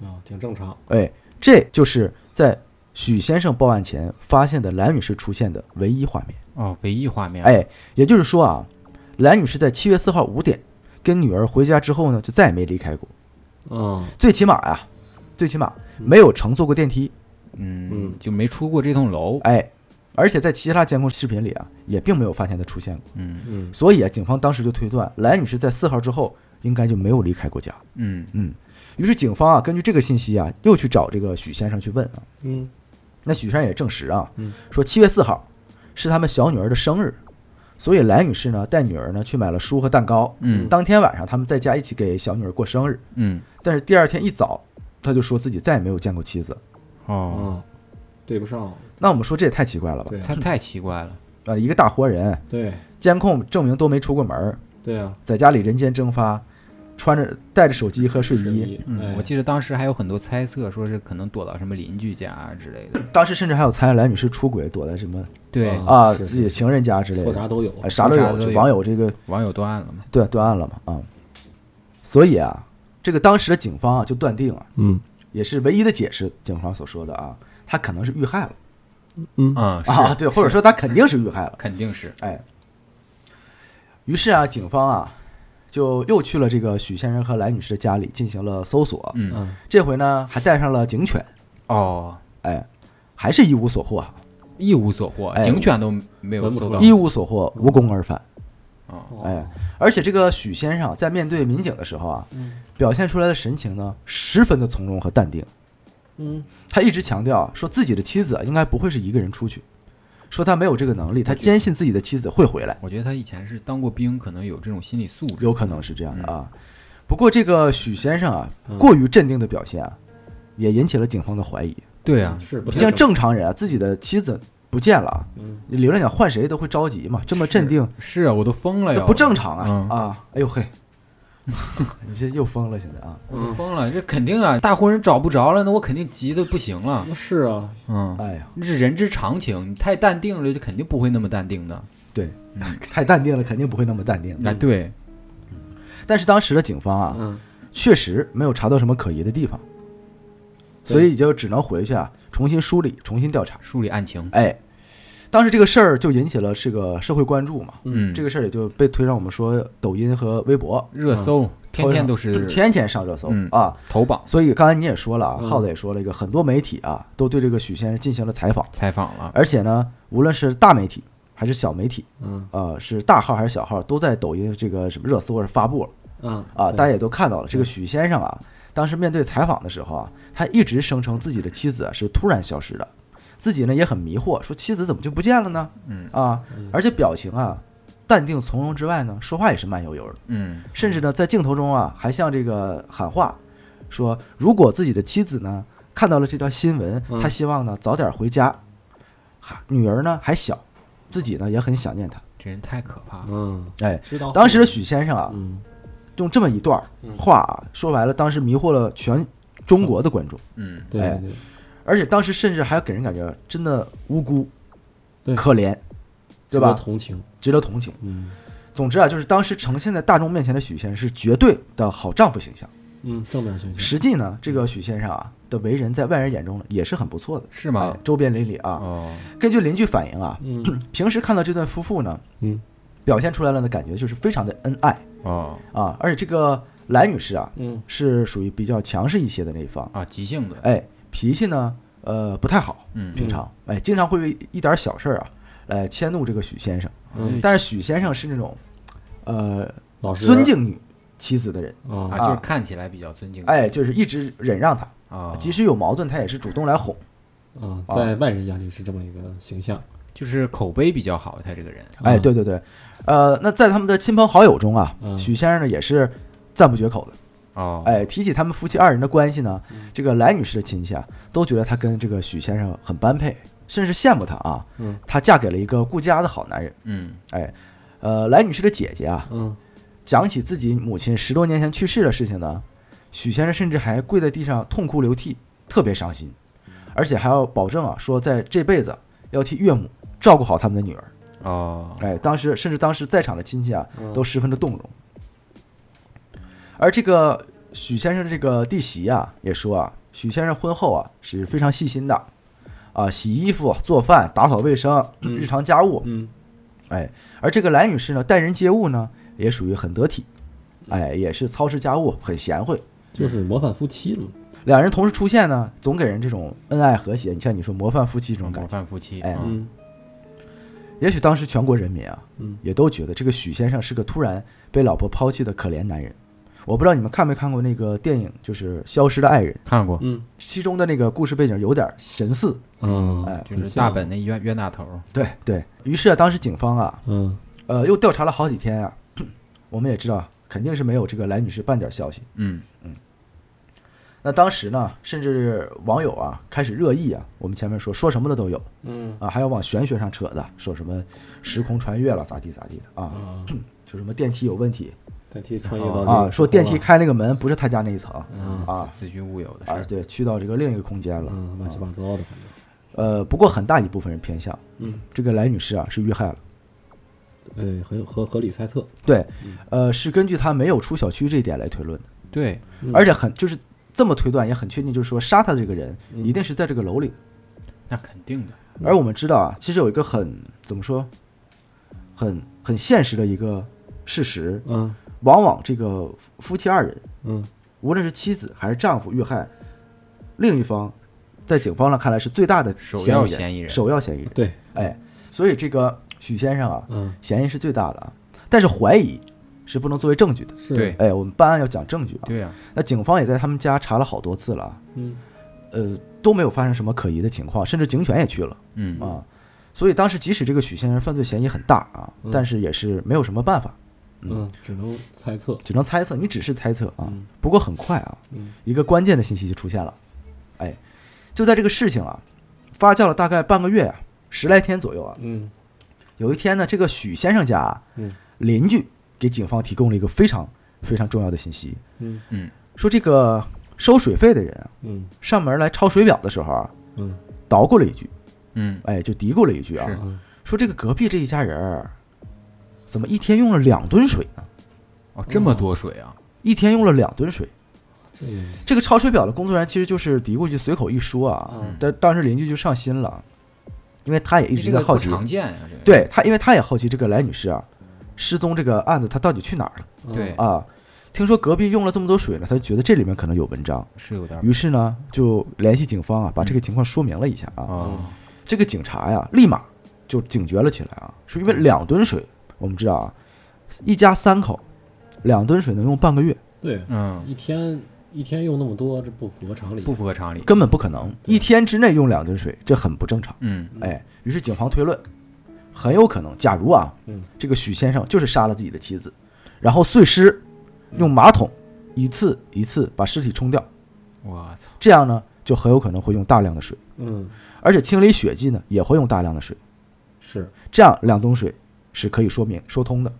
Speaker 2: 啊，挺正常，
Speaker 1: 哎，这就是在许先生报案前发现的莱女士出现的唯一画面。
Speaker 3: 哦，唯一画面，，
Speaker 1: 哎，也就是说啊，莱女士在七月四号五点跟女儿回家之后呢，就再也没离开过，
Speaker 2: 嗯
Speaker 1: 最起码啊，最起码没有乘坐过电梯，
Speaker 3: 嗯，
Speaker 2: 嗯
Speaker 3: 就没出过这栋楼，
Speaker 1: 哎，而且在其他监控视频里啊，也并没有发现她出现过。
Speaker 3: 嗯
Speaker 2: 嗯
Speaker 1: 所以啊，警方当时就推断莱女士在四号之后应该就没有离开过家。
Speaker 3: 嗯
Speaker 1: 嗯，于是警方啊，根据这个信息啊，又去找这个许先生去问啊。
Speaker 2: 嗯
Speaker 1: 那许先生也证实啊，
Speaker 2: 嗯
Speaker 1: 说七月四号是他们小女儿的生日，所以莱女士呢带女儿呢去买了书和蛋糕。
Speaker 3: 嗯
Speaker 1: 当天晚上他们在家一起给小女儿过生日，
Speaker 3: 嗯，
Speaker 1: 但是第二天一早，他就说自己再也没有见过妻子。
Speaker 3: 哦，
Speaker 2: 啊，对不上，
Speaker 1: 那我们说这也太奇怪了吧？
Speaker 2: 对啊
Speaker 3: 他太奇怪了，
Speaker 1: 呃，一个大活人，
Speaker 2: 对
Speaker 1: 监控证明都没出过门儿，
Speaker 2: 对啊，
Speaker 1: 在家里人间蒸发，穿着带着手机和睡衣，
Speaker 3: 嗯，
Speaker 2: 哎
Speaker 3: 我记得当时还有很多猜测，说是可能躲到什么邻居家啊之类的，
Speaker 1: 当时甚至还有猜莱女士出轨，躲在什么
Speaker 3: 对，
Speaker 2: 啊
Speaker 1: 啊
Speaker 2: 是
Speaker 1: 自己的情人家之类
Speaker 2: 说
Speaker 1: 的，
Speaker 2: 啥都有，
Speaker 1: 哎啥都
Speaker 3: 说啥
Speaker 1: 有，
Speaker 3: 都
Speaker 1: 就
Speaker 3: 有
Speaker 1: 网友这个
Speaker 3: 网友断案了嘛，
Speaker 1: 断断案了嘛啊。所以啊，这个当时的警方啊就断定啊，
Speaker 2: 嗯
Speaker 1: 也是唯一的解释，警方所说的啊，他可能是遇害了
Speaker 2: 嗯
Speaker 3: 啊，
Speaker 1: 啊，
Speaker 3: 是，
Speaker 1: 对，或者说他肯定是遇害了，
Speaker 3: 肯定是，
Speaker 1: 哎。于是啊，警方啊就又去了这个许先生和莱女士的家里进行了搜索，
Speaker 3: 嗯，
Speaker 2: 嗯
Speaker 1: 这回呢还带上了警犬，
Speaker 3: 哦，
Speaker 1: 哎，还是一无所获啊，
Speaker 3: 一无所获
Speaker 1: 哎，
Speaker 3: 警犬都没有
Speaker 2: 闻不
Speaker 3: 搜
Speaker 2: 出
Speaker 3: 到
Speaker 2: 来，
Speaker 1: 一无所获，无功而返。
Speaker 3: 啊，
Speaker 2: 哦
Speaker 1: 哎，而且这个许先生啊在面对民警的时候啊，
Speaker 2: 嗯
Speaker 1: 表现出来的神情呢，十分的从容和淡定。
Speaker 2: 嗯，
Speaker 1: 他一直强调说自己的妻子啊应该不会是一个人出去，说他没有这个能力，他坚信自己的妻子会回来，
Speaker 3: 我觉得他以前是当过兵，可能有这种心理素质。
Speaker 1: 有可能是这样的啊。不过这个许先生啊，
Speaker 2: 嗯
Speaker 1: 过于镇定的表现啊，也引起了警方的怀疑。
Speaker 3: 对啊，
Speaker 2: 是不
Speaker 1: 毕
Speaker 2: 太
Speaker 1: 竟正常人啊，自己的妻子不见了啊，
Speaker 2: 嗯
Speaker 1: 理论讲换谁都会着急嘛，这么镇定
Speaker 3: 是啊，我都疯了
Speaker 1: 这
Speaker 3: 呀，
Speaker 1: 不正常啊
Speaker 3: 嗯
Speaker 1: 啊！哎呦嘿， 你这又疯了现在啊！
Speaker 3: 我都疯了，这肯定啊，大活人找不着了，那我肯定急的不行了。
Speaker 2: 那是啊，
Speaker 3: 嗯，
Speaker 1: 哎呀，
Speaker 3: 这是人之常情，你太淡定了，就肯定不会那么淡定的。
Speaker 1: 对
Speaker 3: 嗯，
Speaker 1: 太淡定了，肯定不会那么淡定。
Speaker 3: 哎，对，
Speaker 1: 但是当时的警方啊，
Speaker 2: 嗯
Speaker 1: 确实没有查到什么可疑的地方，
Speaker 2: 对
Speaker 1: 所以就只能回去啊，重新梳理、重新调查。
Speaker 3: 梳理案情。
Speaker 1: 哎，当时这个事儿就引起了这个社会关注嘛，
Speaker 3: 嗯，
Speaker 1: 这
Speaker 3: 个
Speaker 1: 个事儿也就被推上我们说抖音和微博，
Speaker 3: 热搜天天都是
Speaker 1: 嗯天天上热搜、
Speaker 3: 嗯
Speaker 1: 啊。
Speaker 3: 头榜
Speaker 1: 所以刚才你也说了啊，
Speaker 2: 嗯
Speaker 1: 浩子也说了一个，很多媒体啊都对这个许先生进行了采访，
Speaker 3: 采访了。
Speaker 1: 而且呢，无论是大媒体还是小媒体，
Speaker 2: 嗯
Speaker 1: 呃，是大号还是小号，都在抖音这个什么热搜上发布了。
Speaker 2: 嗯
Speaker 1: 啊，
Speaker 2: 对
Speaker 1: 大家也都看到了，这个许先生啊，当时面对采访的时候啊，他一直声称自己的妻子啊是突然消失的，自己呢也很迷惑，说妻子怎么就不见了呢？
Speaker 3: 嗯
Speaker 1: 啊
Speaker 2: 嗯，
Speaker 1: 而且表情啊淡定从容之外呢，说话也是慢悠悠的，
Speaker 3: 嗯，
Speaker 1: 甚至呢在镜头中啊还向这个喊话，说如果自己的妻子呢看到了这条新闻，
Speaker 2: 嗯
Speaker 1: 他希望呢早点回家，哈，女儿呢还小，自己呢也很想念他。
Speaker 3: 这人太可怕了。
Speaker 2: 嗯，
Speaker 1: 哎，
Speaker 2: 知道
Speaker 1: 当时的许先生啊，
Speaker 2: 嗯
Speaker 1: 用这么一段儿
Speaker 2: 嗯
Speaker 1: 话啊说白了，当时迷惑了全中国的观众，
Speaker 3: 嗯，
Speaker 2: 对
Speaker 1: 哎
Speaker 2: 对对
Speaker 1: 而且当时甚至还给人感觉真的无辜、
Speaker 2: 对
Speaker 1: 可怜，对
Speaker 2: 值得
Speaker 1: 吧？
Speaker 2: 同情，
Speaker 1: 值得同情。
Speaker 2: 嗯
Speaker 1: 总之啊，就是当时呈现在大众面前的许先生是绝对的好丈夫形象。
Speaker 2: 嗯，正面形象
Speaker 1: 实际呢，这个许先生啊的为人，在外人眼中呢也是很不错的，
Speaker 3: 是吗
Speaker 1: 哎？周边邻里啊，
Speaker 3: 哦，
Speaker 1: 根据邻居反映啊，
Speaker 2: 嗯
Speaker 1: 平时看到这对夫妇呢，
Speaker 2: 嗯
Speaker 1: 表现出来了的感觉就是非常的恩爱
Speaker 3: 哦，
Speaker 1: 啊，而且这个来女士啊
Speaker 2: 嗯
Speaker 1: 是属于比较强势一些的那一方。
Speaker 3: 啊，急性子。
Speaker 1: 哎，脾气呢，呃，不太好，
Speaker 3: 嗯
Speaker 1: 平常，哎，经常会为一点小事儿啊，来迁怒这个许先生。
Speaker 2: 嗯，
Speaker 1: 但是许先生是那种，呃，
Speaker 2: 老师
Speaker 1: 尊敬女妻子的人，
Speaker 2: 啊，
Speaker 3: 啊，就是看起来比较
Speaker 2: 嗯
Speaker 3: 尊敬。
Speaker 1: 哎，就是一直忍让他，
Speaker 3: 啊，
Speaker 2: 哦
Speaker 1: 即使有矛盾，他也是主动来哄。
Speaker 2: 啊，
Speaker 1: 啊
Speaker 2: 在外人眼里是这么一个形象，
Speaker 3: 就是口碑比较好，他这个人。
Speaker 2: 哦
Speaker 1: 哎，对对对，呃，那在他们的亲朋好友中啊，
Speaker 2: 嗯
Speaker 1: 许先生呢也是赞不绝口的。
Speaker 3: 哦，
Speaker 1: 哎，提起他们夫妻二人的关系呢，
Speaker 2: 嗯
Speaker 1: 这个来女士的亲戚啊，都觉得他跟这个许先生很般配，甚至羡慕他啊。
Speaker 2: 嗯
Speaker 1: 她嫁给了一个顾家的好男人。
Speaker 3: 嗯，
Speaker 1: 哎，呃，来女士的姐姐啊，
Speaker 2: 嗯
Speaker 1: 讲起自己母亲十多年前去世的事情呢，许先生甚至还跪在地上痛哭流涕，特别伤心，而且还要保证啊，说在这辈子要替岳母照顾好他们的女儿。
Speaker 3: 哦，
Speaker 1: 哎，当时甚至当时在场的亲戚啊，
Speaker 2: 嗯
Speaker 1: 都十分的动容。而这个许先生的这个弟媳啊，也说啊，许先生婚后啊是非常细心的，啊，洗衣服、做饭、打扫卫生、
Speaker 2: 嗯
Speaker 1: 日常家务，
Speaker 2: 嗯
Speaker 1: 哎，而这个兰女士呢，待人接物呢，也属于很得体，哎，也是操持家务很贤惠。
Speaker 2: 就是模范夫妻嘛，
Speaker 1: 两人同时出现呢，总给人这种恩爱和谐。你像你说模范夫妻这种感
Speaker 3: 模
Speaker 1: 觉，
Speaker 3: 范夫妻。
Speaker 1: 哎
Speaker 3: 嗯
Speaker 2: 嗯
Speaker 1: 也许当时全国人民啊，
Speaker 2: 嗯
Speaker 1: 也都觉得这个许先生是个突然被老婆抛弃的可怜男人。我不知道你们看没看过那个电影，就是《消失的爱人》，
Speaker 3: 看过，
Speaker 2: 嗯
Speaker 1: 其中的那个故事背景有点神似。
Speaker 2: 嗯
Speaker 1: 哎，
Speaker 3: 就是
Speaker 2: 很
Speaker 3: 大
Speaker 2: 像
Speaker 3: 本那冤冤大头。
Speaker 1: 对对于是啊，当时警方啊，
Speaker 2: 嗯
Speaker 1: 呃，又调查了好几天啊， 我们也知道肯定是没有这个兰女士半点消息。
Speaker 3: 嗯，
Speaker 1: 那当时呢，甚至网友啊开始热议啊，我们前面说说什么的都有
Speaker 2: 嗯
Speaker 1: 啊，还有往玄学上扯的，说什么时空穿越了咋地咋地的啊，
Speaker 2: 啊，
Speaker 1: 说什么电梯有问题
Speaker 2: 电梯穿越到这
Speaker 1: 啊，
Speaker 2: 个
Speaker 1: 说
Speaker 2: 时空
Speaker 1: 电梯
Speaker 2: 了
Speaker 1: 开那个门不是他家那一层
Speaker 2: 嗯
Speaker 1: 啊
Speaker 3: 子虚乌有的
Speaker 1: 啊，
Speaker 3: 事。
Speaker 1: 对，去到这个另一个空间了。
Speaker 2: 嗯乱七八糟的，反正
Speaker 1: 呃，不过很大一部分人偏向
Speaker 2: 嗯
Speaker 1: 这个来女士啊是遇害了，
Speaker 2: 哎，很有合合理猜测，
Speaker 1: 对，呃，是根据她没有出小区这一点来推论的，
Speaker 3: 对，
Speaker 2: 嗯
Speaker 1: 而且很就是这么推断也很确定，就是说杀她的这个人一定是在这个楼里。
Speaker 3: 那肯定的。
Speaker 1: 而我们知道啊，其实有一个很怎么说，很很现实的一个事实，
Speaker 2: 嗯
Speaker 1: 往往这个夫妻二人，
Speaker 2: 嗯
Speaker 1: 无论是妻子还是丈夫遇害，另一方在警方上看来是最大的
Speaker 3: 首
Speaker 1: 嫌疑
Speaker 3: 要
Speaker 1: 人
Speaker 3: 嫌疑人
Speaker 1: 首要嫌疑人。
Speaker 2: 嗯对
Speaker 1: 哎，所以这个许先生啊，
Speaker 2: 嗯
Speaker 1: 嫌疑是最大的啊。但是怀疑是不能作为证据的。
Speaker 2: 是，
Speaker 3: 对
Speaker 1: 哎，我们办案要讲证据啊。
Speaker 3: 对呀、
Speaker 1: 那警方也在他们家查了好多次了啊，
Speaker 2: 嗯，
Speaker 1: 呃，都没有发生什么可疑的情况，甚至警犬也去了
Speaker 3: 嗯
Speaker 1: 啊。所以当时即使这个许先生犯罪嫌疑很大啊，
Speaker 2: 嗯
Speaker 1: 但是也是没有什么办法，
Speaker 2: 嗯，只能猜测，
Speaker 1: 只能猜测，你只是猜测啊。
Speaker 2: 嗯
Speaker 1: 不过很快啊，
Speaker 2: 嗯
Speaker 1: 一个关键的信息就出现了，哎，就在这个事情啊发酵了大概半个月啊，十来天左右啊，
Speaker 2: 嗯
Speaker 1: 有一天呢，这个许先生家、啊、
Speaker 2: 嗯
Speaker 1: 邻居给警方提供了一个非常非常重要的信息，
Speaker 2: 嗯
Speaker 3: 嗯
Speaker 1: 说这个收水费的人啊
Speaker 2: 嗯
Speaker 1: 上门来抄水表的时候啊，
Speaker 2: 嗯
Speaker 1: 捣鼓了一句，
Speaker 3: 嗯，
Speaker 1: 哎，就嘀咕了一句啊
Speaker 3: 是，
Speaker 2: 嗯
Speaker 1: 说这个隔壁这一家人儿怎么一天用了两吨水呢？
Speaker 3: 哦，这么多水啊，
Speaker 1: 一天用了两吨水。
Speaker 2: 这个
Speaker 3: 嗯
Speaker 1: 这个抄水表的工作人员其实就是嘀咕一句，随口一说啊，
Speaker 2: 啊
Speaker 1: 但当时邻居就上心了，因为他也一
Speaker 3: 嗯你
Speaker 1: 直
Speaker 3: 这
Speaker 1: 在
Speaker 3: 个
Speaker 1: 好
Speaker 3: 不
Speaker 1: 奇，
Speaker 3: 常见呀、这个
Speaker 1: 对他，因为他也好奇这个莱女士啊失踪这个案子，她到底去哪儿了
Speaker 3: 对
Speaker 1: 啊？听说隔壁用了这么多水呢，他就觉得这里面可能有文章，
Speaker 3: 是有点儿
Speaker 1: 于是呢就联系警方啊，把
Speaker 3: 嗯
Speaker 1: 这个情况说明了一下啊。
Speaker 3: 啊，
Speaker 1: 这个警察呀，立马就警觉了起来啊，说因为两吨水，我们知道啊，一家三口两吨水能用半个月，
Speaker 2: 对，
Speaker 3: 嗯，
Speaker 2: 一天一天用那么多，这不符合常理，
Speaker 3: 不符合常理，
Speaker 1: 根本不可能一天之内用两吨水，这很不正常。
Speaker 3: 嗯
Speaker 2: 嗯
Speaker 1: 哎，于是警方推论，很有可能，假如啊，
Speaker 2: 嗯
Speaker 1: 这个许先生就是杀了自己的妻子，然后碎尸，用马桶一次一次把尸体冲掉，
Speaker 3: 我操，
Speaker 1: 这样呢就很有可能会用大量的水，
Speaker 2: 嗯
Speaker 1: 而且清理血迹呢也会用大量的水，
Speaker 2: 是，
Speaker 1: 这样两吨水是可以说明说通的。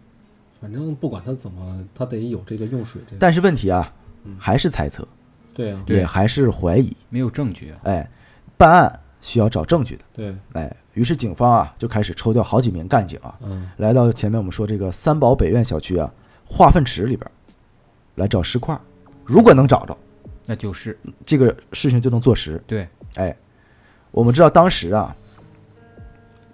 Speaker 2: 反正不管他怎么，他得有这个用水这个，
Speaker 1: 但是问题啊，还是猜测，
Speaker 2: 对啊，
Speaker 3: 嗯对
Speaker 1: 也还是怀疑，
Speaker 3: 没有证据啊，
Speaker 1: 哎，办案需要找证据的，
Speaker 2: 对，
Speaker 1: 哎，于是警方啊就开始抽调好几名干警啊，
Speaker 2: 嗯
Speaker 1: 来到前面我们说这个三宝北苑小区啊化粪池里边儿来找尸块，如果能找着，
Speaker 3: 那就是
Speaker 1: 这个事情就能坐实。
Speaker 3: 对，
Speaker 1: 哎，我们知道当时啊，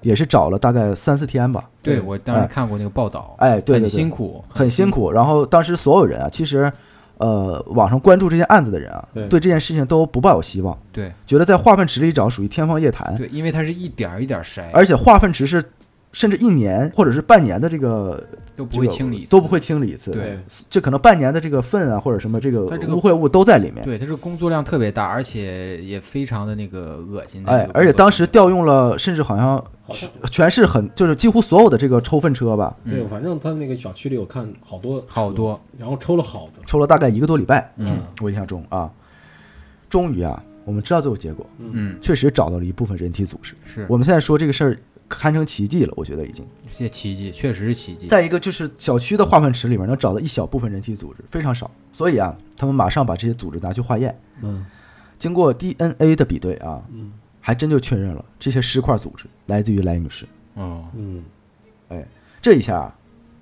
Speaker 1: 也是找了大概三四天吧。
Speaker 3: 对
Speaker 2: 对
Speaker 3: 我当
Speaker 1: 哎
Speaker 3: 时看过那个报道，
Speaker 1: 哎，对对
Speaker 3: 很辛
Speaker 1: 对，
Speaker 3: 苦，
Speaker 1: 很辛苦。然后当时所有人啊，其实，呃，网上关注这件案子的人啊，
Speaker 2: 对
Speaker 1: 对这件事情都不抱有希望，
Speaker 3: 嗯对
Speaker 1: 觉得在化粪池里找属于天方夜谭，
Speaker 3: 对，因为它是一点儿一点儿筛，
Speaker 1: 哎而且化粪池是。甚至一年或者是半年的这个
Speaker 3: 都不
Speaker 1: 这
Speaker 3: 会
Speaker 1: 个
Speaker 3: 清理，
Speaker 1: 都不会，清理一次，
Speaker 3: 对
Speaker 1: 这可能半年的这个粪啊，或者什么这个
Speaker 3: 它这个
Speaker 1: 污秽物都在里面。
Speaker 3: 对，它是工作量特别大，而且也非常的那个恶心，
Speaker 1: 哎，而且当时调用了，甚至好像
Speaker 2: 好像
Speaker 1: 全市很就是几乎所有的这个抽粪车吧，
Speaker 2: 对，反正他那个小区里我看好多
Speaker 3: 嗯好多，
Speaker 2: 然后抽了好多，
Speaker 1: 抽了大概一个多礼拜，
Speaker 2: 嗯
Speaker 1: 我印象中啊，终于啊，我们知道最后结果，
Speaker 3: 嗯
Speaker 1: 确实找到了一部分人体组织。
Speaker 3: 是，
Speaker 1: 我们现在说这个事儿堪称奇迹了，我觉得已经。
Speaker 3: 这奇迹确实是奇迹，
Speaker 1: 再一个就是小区的化粪池里面能找到一小部分人体组织，非常少，所以啊，他们马上把这些组织拿去化验，
Speaker 2: 嗯
Speaker 1: 经过 DNA 的比对啊，
Speaker 2: 嗯
Speaker 1: 还真就确认了这些尸块组织来自于莱女士。
Speaker 3: 哦，
Speaker 2: 嗯，
Speaker 1: 这一下啊，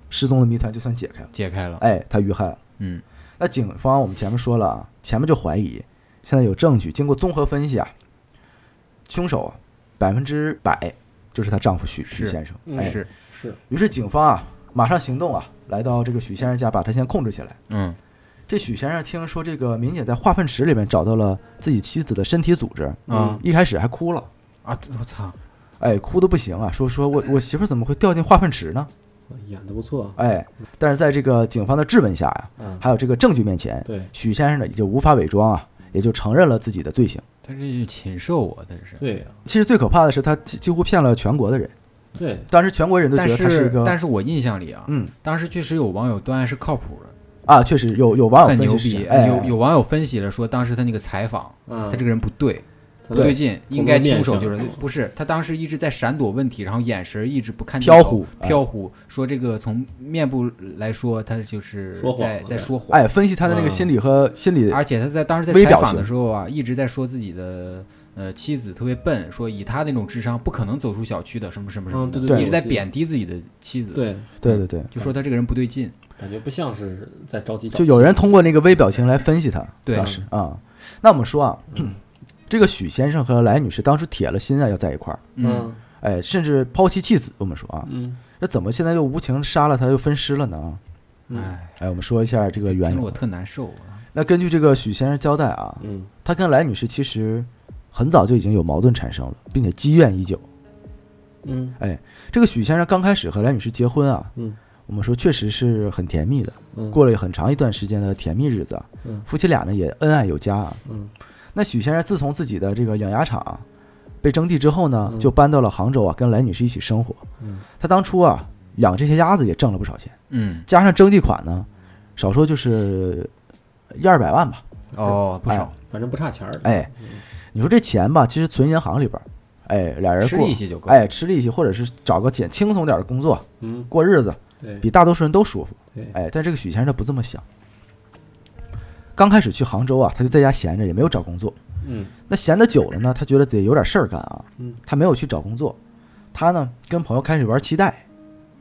Speaker 1: 失踪的谜团就算解开了。
Speaker 3: 揭开了，
Speaker 1: 哎，他遇害了。
Speaker 3: 嗯
Speaker 1: 那警方我们前面说了啊，前面就怀疑，现在有证据，经过综合分析啊，凶手啊百分之百就是她丈夫许许
Speaker 3: 是
Speaker 1: 先生。
Speaker 2: 嗯
Speaker 1: 哎，
Speaker 3: 是，
Speaker 2: 是，
Speaker 1: 于是警方啊马上行动啊，来到这个许先生家，把他先控制起来。
Speaker 3: 嗯
Speaker 1: 这许先生听说这个民警在化粪池里面找到了自己妻子的身体组织，
Speaker 3: 啊
Speaker 1: 一开始还哭了，
Speaker 3: 啊，我操，
Speaker 1: 哎，哭的不行啊，说说我我媳妇儿怎么会掉进化粪池呢？
Speaker 2: 演的不错啊，
Speaker 1: 哎，但是在这个警方的质问下呀、
Speaker 2: 嗯，
Speaker 1: 还有这个证据面前，
Speaker 2: 对
Speaker 1: 许先生呢也就无法伪装啊，也就承认了自己的罪行。
Speaker 3: 他这就禽兽啊，他这是，
Speaker 2: 对呀，
Speaker 1: 其实最可怕的是，他几几乎骗了全国的人。
Speaker 2: 对，
Speaker 1: 当时全国人都觉得
Speaker 3: 但
Speaker 1: 他一
Speaker 3: 是
Speaker 1: 个，
Speaker 3: 但是我印象里啊，
Speaker 1: 嗯
Speaker 3: 当时确实有网友断案是靠谱的，
Speaker 1: 啊，确实有有网友
Speaker 3: 很
Speaker 1: 分
Speaker 3: 牛
Speaker 1: 析是
Speaker 3: 逼，
Speaker 1: 这样哎，
Speaker 3: 有有网友分析了说，当时他那个采访，
Speaker 2: 嗯，
Speaker 3: 他这个人不对，
Speaker 2: 他
Speaker 3: 不对
Speaker 2: 对
Speaker 3: 劲，
Speaker 2: 从
Speaker 3: 应该
Speaker 2: 头面
Speaker 3: 出手
Speaker 2: 上
Speaker 3: 就是不是他当时一直在闪躲问题，然后眼神一直不看镜
Speaker 1: 飘
Speaker 3: 头
Speaker 1: 忽哎
Speaker 3: 飘忽，说这个从面部来说，他就是
Speaker 2: 说谎
Speaker 3: 在
Speaker 2: 了
Speaker 3: 在说谎，
Speaker 1: 哎，分析他的那个心理和心理，
Speaker 3: 而且他在当时在
Speaker 1: 微
Speaker 3: 采
Speaker 1: 表
Speaker 3: 访
Speaker 1: 情
Speaker 3: 的时候啊，一直在说自己的呃妻子特别笨，说以他那种智商不可能走出小区的，什么什么什么
Speaker 2: 嗯
Speaker 3: 的，
Speaker 2: 对对对
Speaker 3: 一直在
Speaker 2: 我记得
Speaker 3: 贬低自己的妻子，
Speaker 2: 对，
Speaker 1: 对对对，
Speaker 3: 就说他这个人不对劲，
Speaker 2: 感觉不像是在着急找
Speaker 1: 就
Speaker 2: 妻子，
Speaker 1: 有人通过那个微表情来分析他。
Speaker 3: 对
Speaker 1: 当时啊，那我们说啊， 这个许先生和来女士当初铁了心啊要在一块儿，
Speaker 2: 嗯
Speaker 1: 哎，甚至抛弃妻子。我们说啊，
Speaker 2: 嗯
Speaker 1: 那怎么现在又无情杀了他又分尸了呢？
Speaker 2: 嗯
Speaker 3: 哎，
Speaker 1: 哎，我们说一下这个缘
Speaker 3: 听着
Speaker 1: 由
Speaker 3: 我。特难受啊，
Speaker 1: 那根据这个许先生交代啊，
Speaker 2: 嗯
Speaker 1: 他跟来女士其实很早就已经有矛盾产生了，并且积怨已久。哎
Speaker 2: 嗯
Speaker 1: 这个许先生刚开始和来女士结婚啊，
Speaker 2: 嗯，
Speaker 1: 我们说确实是很甜蜜的，
Speaker 2: 嗯
Speaker 1: 过了很长一段时间的甜蜜日子啊
Speaker 2: 嗯，
Speaker 1: 夫妻俩呢也恩爱有加啊。
Speaker 2: 嗯
Speaker 1: 那许先生自从自己的这个养鸭场啊被征地之后呢，
Speaker 2: 嗯
Speaker 1: 就搬到了杭州啊，跟兰女士一起生活。
Speaker 2: 嗯
Speaker 1: 他当初啊养这些鸭子也挣了不少钱，
Speaker 3: 嗯，
Speaker 1: 加上征地款呢，少说就是一二百万吧。
Speaker 2: 嗯
Speaker 3: 哦，不少，
Speaker 2: 反正不差钱儿。
Speaker 1: 哎，你说这钱吧，其实存银行里边儿，哎，俩人
Speaker 3: 吃
Speaker 1: 过
Speaker 3: 利，息就够。
Speaker 1: 哎，吃利息，或者是找个简轻松点儿的工作
Speaker 2: 嗯，
Speaker 1: 过日子，
Speaker 2: 对
Speaker 1: 比大多数人都舒服。
Speaker 2: 对，
Speaker 1: 哎，但这个许先生他不这么想。刚开始去杭州啊，他就在家闲着，也没有找工作。
Speaker 2: 嗯
Speaker 1: 那闲得久了呢，他觉得自己有点事儿干啊
Speaker 2: 嗯，
Speaker 1: 他没有去找工作，他呢跟朋友开始玩期待。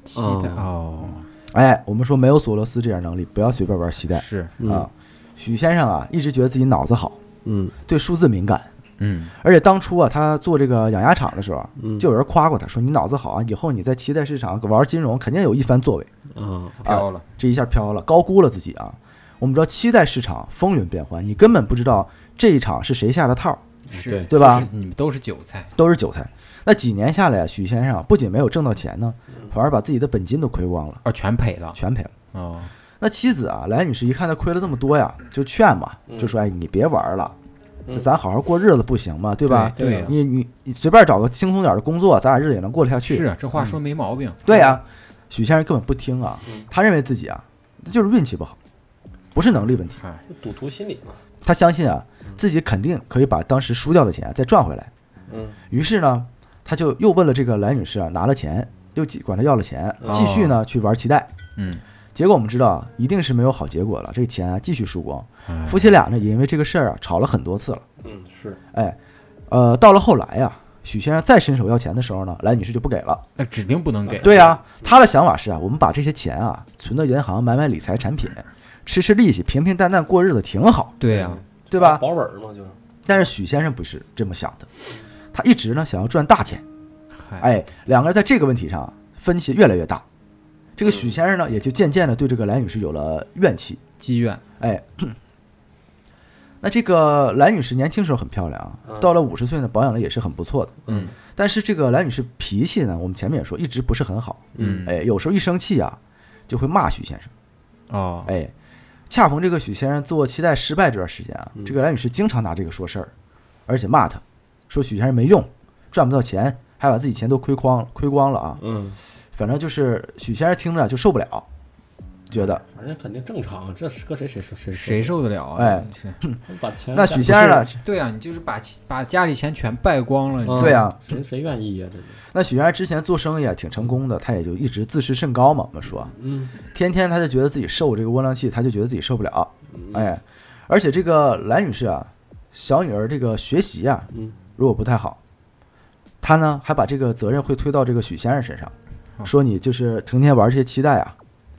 Speaker 3: 期待哦，
Speaker 1: 哎，我们说没有索罗斯这样能力，不要随便玩期待
Speaker 3: 是，
Speaker 1: 啊。许先生啊，一直觉得自己脑子好，
Speaker 2: 嗯
Speaker 1: 对数字敏感，
Speaker 3: 嗯，
Speaker 1: 而且当初啊，他做这个养鸭场的时候啊，
Speaker 2: 嗯，
Speaker 1: 就有人夸过他说：“你脑子好啊，以后你在期待市场玩金融肯定有一番作为。
Speaker 2: 啊，
Speaker 3: 飘了，”
Speaker 1: 这一下飘了，高估了自己啊。我们知道期待市场风云变幻，你根本不知道这一场是谁下的套，
Speaker 3: 是
Speaker 2: 对
Speaker 1: 对吧？
Speaker 3: 就是你们都是韭菜，
Speaker 1: 都是韭菜。那几年下来，许先生啊不仅没有挣到钱呢，反而把自己的本金都亏光了，
Speaker 3: 哦，全赔了，
Speaker 1: 全赔了。
Speaker 3: 哦，
Speaker 1: 那妻子啊，兰女士一看他亏了这么多呀，就劝嘛，就说：“哎，你别玩了，
Speaker 2: 嗯
Speaker 1: 就咱好好过日子不行吗？对吧？
Speaker 3: 对
Speaker 2: 对
Speaker 3: 呀，
Speaker 1: 你你你随便找个轻松点的工作，咱俩日子也能过得下去。
Speaker 3: 是啊，这话说没毛病。
Speaker 1: 对呀、许先生根本不听啊，他认为自己啊就是运气不好，不是能力问题。
Speaker 3: 嗨，
Speaker 2: 赌徒心理嘛。
Speaker 1: 他相信啊自己肯定可以把当时输掉的钱啊再赚回来。
Speaker 2: 嗯
Speaker 1: 于是呢，他就又问了这个兰女士啊，拿了钱，又几管她要了钱，继续呢去玩脐带。
Speaker 3: 嗯，
Speaker 1: 结果我们知道啊，一定是没有好结果了，这钱啊继续输光。
Speaker 3: 哎
Speaker 1: 夫妻俩呢也因为这个事儿啊吵了很多次了。
Speaker 2: 嗯，是
Speaker 1: 哎，呃，到了后来呀、许先生再伸手要钱的时候呢，兰女士就不给了。
Speaker 3: 那指定不能给。
Speaker 1: 对呀、他的想法是啊，我们把这些钱啊存到银行，买买理财产品，吃吃利息，平平淡淡过日子挺好，
Speaker 3: 对啊呀，
Speaker 1: 对吧？
Speaker 2: 嗯保本儿嘛，就
Speaker 1: 但是许先生不是这么想的，他一直呢想要赚大钱。
Speaker 3: 嗨，
Speaker 1: 哎，两个人在这个问题上啊分歧越来越大，这个许先生呢也就渐渐的对这个兰女士有了怨气。
Speaker 3: 积怨，
Speaker 1: 哎， 那这个兰女士年轻时候很漂亮啊，
Speaker 2: 嗯
Speaker 1: 到了五十岁呢保养的也是很不错的，
Speaker 3: 嗯
Speaker 1: 但是这个兰女士脾气呢，我们前面也说一直不是很好，
Speaker 3: 嗯，
Speaker 1: 哎，有时候一生气啊就会骂许先生。
Speaker 3: 哦，
Speaker 1: 哎，恰逢这个许先生做期待失败这段时间啊，
Speaker 2: 嗯
Speaker 1: 这个兰女士经常拿这个说事儿，而且骂他，说许先生没用，赚不到钱，还把自己钱都亏光了，亏光了啊。
Speaker 2: 嗯，
Speaker 1: 反正就是许先生听着就受不了，觉得
Speaker 2: 反正肯定正常，啊这是搁谁谁谁
Speaker 3: 谁受得了啊？
Speaker 1: 哎
Speaker 3: 是，
Speaker 2: 把钱
Speaker 1: 那许先生呢？
Speaker 3: 对啊，你就是嗯把其把家里钱全败光了，你
Speaker 1: 对啊
Speaker 2: 谁谁愿意呀？这就
Speaker 1: 那许先生之前做生意啊挺成功的，他也就一直自视甚高嘛。我们说，
Speaker 2: 嗯
Speaker 1: 天天他就觉得自己受这个窝囊气，他就觉得自己受不了，
Speaker 2: 嗯
Speaker 1: 哎，而且这个兰女士啊，小女儿这个学习啊
Speaker 2: 嗯
Speaker 1: 如果不太好，他呢还把这个责任会推到这个许先生身上，
Speaker 3: 哦
Speaker 1: 说你就是成天玩这些期待啊，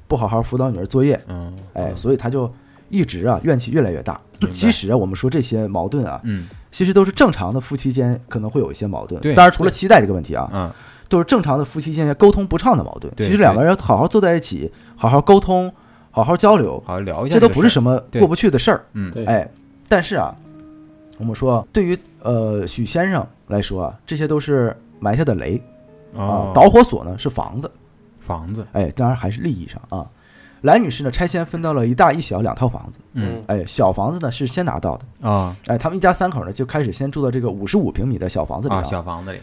Speaker 1: 不好好辅导女儿作业，
Speaker 3: 嗯
Speaker 1: 哎，所以他就一直啊怨气越来越大
Speaker 3: 明。白
Speaker 1: 其实啊，我们说这些矛盾啊，
Speaker 3: 嗯
Speaker 1: 其实都是正常的夫妻间可能会有一些矛盾。
Speaker 3: 对
Speaker 1: 当然除了期待这个问题啊，
Speaker 3: 啊，
Speaker 1: 都是正常的夫妻间沟通不畅的矛盾。
Speaker 3: 对
Speaker 1: 其实两个人好好坐在一起，好好沟通，好好交流，
Speaker 3: 好聊一下
Speaker 1: 这
Speaker 3: 个事儿，
Speaker 1: 都不是什么
Speaker 3: 对
Speaker 1: 过不去的事儿。
Speaker 3: 嗯
Speaker 2: 对
Speaker 1: 哎，但是啊，我们说对于呃许先生来说啊，这些都是埋下的雷啊、
Speaker 3: 哦，
Speaker 1: 导火索呢是房子，
Speaker 3: 房子，
Speaker 1: 哎，当然还是利益上啊。兰女士呢拆迁分到了一大一小两套房子，
Speaker 3: 嗯
Speaker 1: 哎，小房子呢是先拿到的，
Speaker 3: 啊
Speaker 1: 哎，他们一家三口呢就开始先住到这个五十五平米的小房子里
Speaker 3: 啊，小房子里，